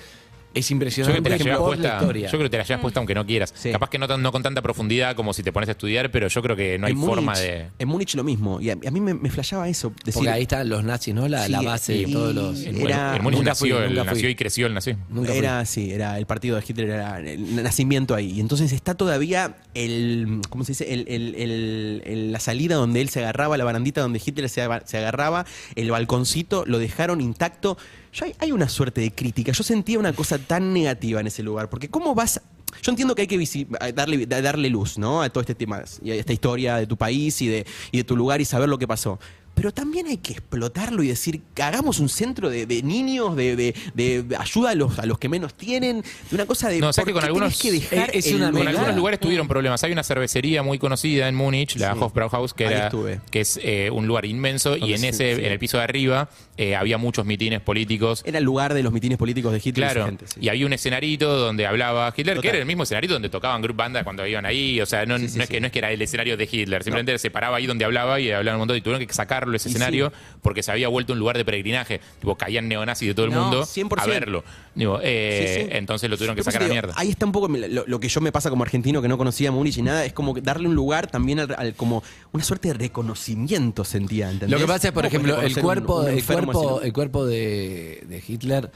S6: es
S9: Yo creo,
S6: impresionante
S9: que te la
S6: por la
S9: llevas puesta,
S6: historia
S9: yo creo que te la llevas puesta aunque no quieras. Capaz que no, tan- no con tanta profundidad como si te pones a estudiar, pero yo creo que no hay
S8: en
S9: forma
S8: Múnich-
S9: de.
S8: En Múnich lo mismo. Y a, a mí me, me flashaba eso. Decir,
S6: porque ahí están los nazis no la, la
S8: Sí,
S6: base de
S8: y-
S6: todos los
S9: En,
S8: Era-
S9: en Múnich
S8: nunca
S9: nació,
S8: fui,
S9: el-
S8: nunca fui.
S9: nació y creció el nació.
S8: era sí, era el partido de Hitler, era el nacimiento ahí. Y entonces está todavía el, ¿cómo se dice? El- el- el- el- la salida donde él se agarraba, la barandita donde Hitler se, aga- se agarraba, el balconcito, lo dejaron intacto. Yo hay, hay una suerte de crítica. Yo sentía una cosa tan negativa en ese lugar, porque ¿cómo vas? Yo entiendo que hay que visi- a darle, da- darle luz, ¿no? A todo este tema, y a esta historia de tu país y de, y de tu lugar y saber lo que pasó. Pero también hay que explotarlo y decir, hagamos un centro de, de niños, de, de- de ayuda a los, a los que menos tienen, de una cosa de...
S9: No, sabes
S8: ¿por
S9: que con
S8: qué
S9: algunos,
S8: tenés que dejar
S9: es una
S8: el
S9: con
S8: lugar?
S9: algunos lugares tuvieron problemas. Hay una cervecería muy conocida en Múnich, la
S8: Sí.
S9: Hofbrauhaus, que,
S8: Ahí
S9: era-
S8: estuve.
S9: que es eh, un lugar inmenso y
S8: Donde
S9: en
S8: sí,
S9: ese
S8: sí.
S9: en el piso de arriba eh, había muchos mitines políticos.
S8: Era el lugar de los mitines políticos de Hitler. y su
S9: Claro,
S8: gente, sí.
S9: y había un escenarito donde hablaba Hitler, que
S8: Total.
S9: era el mismo escenario donde tocaban group bandas cuando iban ahí, o sea, no, no es que, no es que era el escenario de Hitler, simplemente se paraba ahí donde hablaba y hablaba un montón y tuvieron que sacarlo ese
S8: Y
S9: escenario porque se había vuelto un lugar de peregrinaje, tipo, caían neonazis de todo el
S8: No,
S9: mundo
S8: 100%.
S9: a verlo, Digo, eh,
S8: Sí, sí.
S9: entonces lo tuvieron que
S8: Pero por
S9: sacar a
S8: eso te
S9: la
S8: digo,
S9: mierda.
S8: Ahí está un poco mi- lo, lo que yo me pasa como argentino que no conocía Múnich y nada, es como que darle un lugar también al, al- como una suerte de reconocimiento sentía, ¿entendés?
S6: Lo que pasa es, por
S8: No,
S6: ejemplo,
S8: puedes
S6: el
S8: reconocer
S6: cuerpo,
S8: un- un
S6: el
S8: enfermo,
S6: cuerpo,
S8: así,
S6: el cuerpo de, de Hitler,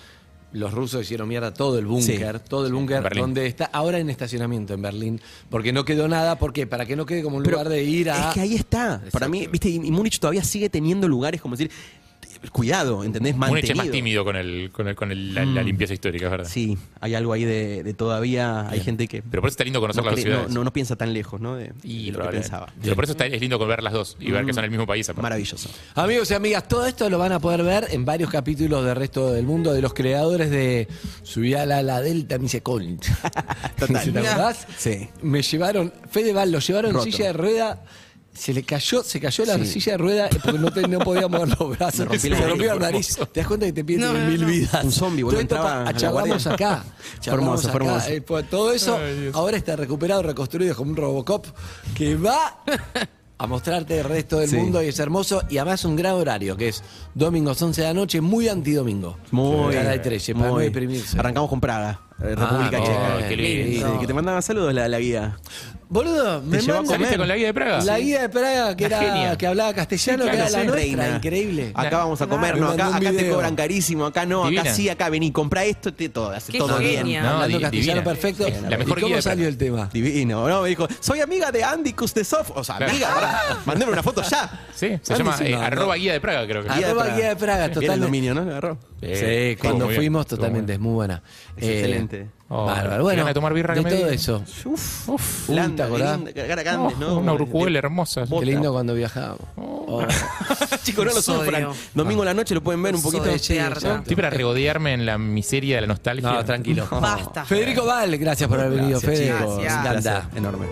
S6: los rusos hicieron mierda todo el búnker, todo el
S9: en
S6: búnker,
S9: Berlín.
S6: donde está ahora en estacionamiento en Berlín, porque no quedó nada, ¿por qué? Para que no quede como un
S8: Pero
S6: lugar de ir a...
S8: Es que ahí está. Para mí, viste, y, y Múnich todavía sigue teniendo lugares como decir, t- cuidado, ¿entendés?
S9: Múnich es
S8: Mantenido.
S9: más tímido con, el, con, el- con el- la, la
S8: Mm.
S9: limpieza histórica, es verdad.
S8: Sí, hay algo ahí de, de todavía, hay gente que...
S9: Pero por eso está lindo conocer
S8: no
S9: las dos
S8: cree-
S9: ciudades.
S8: No, no, no piensa tan lejos, ¿no? De, de lo
S9: Y
S8: que
S9: probable.
S8: pensaba.
S9: Pero por eso está- es lindo ver las dos y ver que
S6: Mm.
S9: son el mismo país. aparte.
S8: Maravilloso.
S6: Amigos y amigas, todo esto lo van a poder ver en varios capítulos de Resto del Mundo de los creadores de Subí a la, la Delta, me hice concha.
S8: Total.
S6: ¿Te acordás?
S8: Sí.
S6: Me llevaron, Fedeval, lo llevaron
S8: Roto.
S6: en silla de rueda. Se le cayó, se cayó la
S8: Sí.
S6: silla de rueda eh, porque no, te- no podía mover los
S8: Me
S6: brazos.
S8: rompí
S6: se
S8: la nariz,
S6: rompió la
S8: fue
S6: nariz. Te das cuenta que te piden
S8: No, no,
S6: mil
S8: no.
S6: vidas.
S8: Un zombi, boludo,
S6: Todo esto
S8: entraba
S6: pa-
S8: a la
S6: charlamos
S8: guardia.
S6: acá. charlamos
S8: Hermoso, fue
S6: acá.
S8: hermoso.
S6: Eh, pues, todo eso ahora está recuperado, reconstruido como un Robocop que va a mostrarte el resto del
S8: Sí.
S6: mundo y es hermoso y además un gran horario que es domingos 11 de la noche, muy antidomingo.
S8: Muy,
S6: Cara de 13, para no
S8: muy.
S6: deprimirse.
S8: Arrancamos con Praga, eh,
S6: Ah,
S8: República
S6: bien,
S8: Checa.
S6: qué lindo.
S8: Sí, que te mandaba saludos la, la guía.
S6: Boludo, me
S8: llevó a
S6: manda-
S8: comer. ¿Saliste con la guía de Praga?
S6: La
S8: Sí.
S6: guía de Praga que,
S8: Una
S6: era,
S8: genia.
S6: que hablaba castellano,
S8: Sí,
S6: que
S8: claro,
S6: era la
S8: sí.
S6: nuestra,
S8: Reina.
S6: increíble.
S8: Acá vamos a comer,
S6: Me
S8: no,
S6: mandó
S8: acá,
S6: un
S8: acá te
S6: video.
S8: cobran carísimo, acá no,
S6: Divina.
S8: acá sí, acá vení, comprá esto, te, todo, hace
S6: Qué
S8: todo
S6: genia.
S8: bien.
S6: No, Hablando di- castellano divina. perfecto. La ¿Y mejor cómo guía de salió Praga. el tema?
S8: Divino, ¿no? Me dijo, soy amiga de Andy Kuznetsov, o sea,
S9: Claro.
S8: amiga, pará, mandame una foto ya.
S9: Sí, se
S8: Andy,
S9: llama
S8: sí,
S9: eh,
S8: no, no.
S9: arroba guía de Praga, creo que.
S8: Guía
S6: Arroba guía de Praga,
S8: Bien el
S6: totalmente.
S8: dominio, ¿no? Agarró.
S6: Sí, Eh, cuando fuimos totalmente, es muy buena.
S8: Es excelente.
S9: Oh,
S6: bárbaro.
S9: ¿te
S6: Bueno,
S9: van a tomar birra
S6: de
S9: que me
S6: todo
S9: di?
S6: eso.
S8: Uf,
S6: uf.
S8: Landa, linda, cara grande, ¿no?
S9: Una
S8: Como de-
S9: urcuela hermosa.
S6: Qué lindo cuando Oh, viajábamos.
S8: Chicos, no lo
S6: Los odio.
S8: sufran. Domingo a la noche lo pueden ver un
S6: Los
S8: poquito.
S6: odio, che, ya.
S9: Estoy para regodearme en la miseria de la nostalgia.
S6: No, tranquilo.
S7: Basta.
S6: Federico Val, gracias por haber venido,
S8: Gracias,
S6: Federico.
S8: chicos.
S6: Me encanta.
S8: Gracias, Enorme.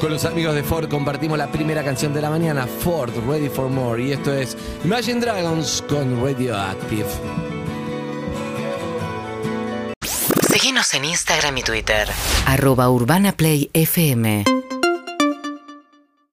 S6: Con los amigos de Ford compartimos la primera canción de la mañana, Ford Ready for More. Y esto es Imagine Dragons con Radioactive.
S1: Seguinos en Instagram y Twitter.
S2: Arroba Urbana Play FM.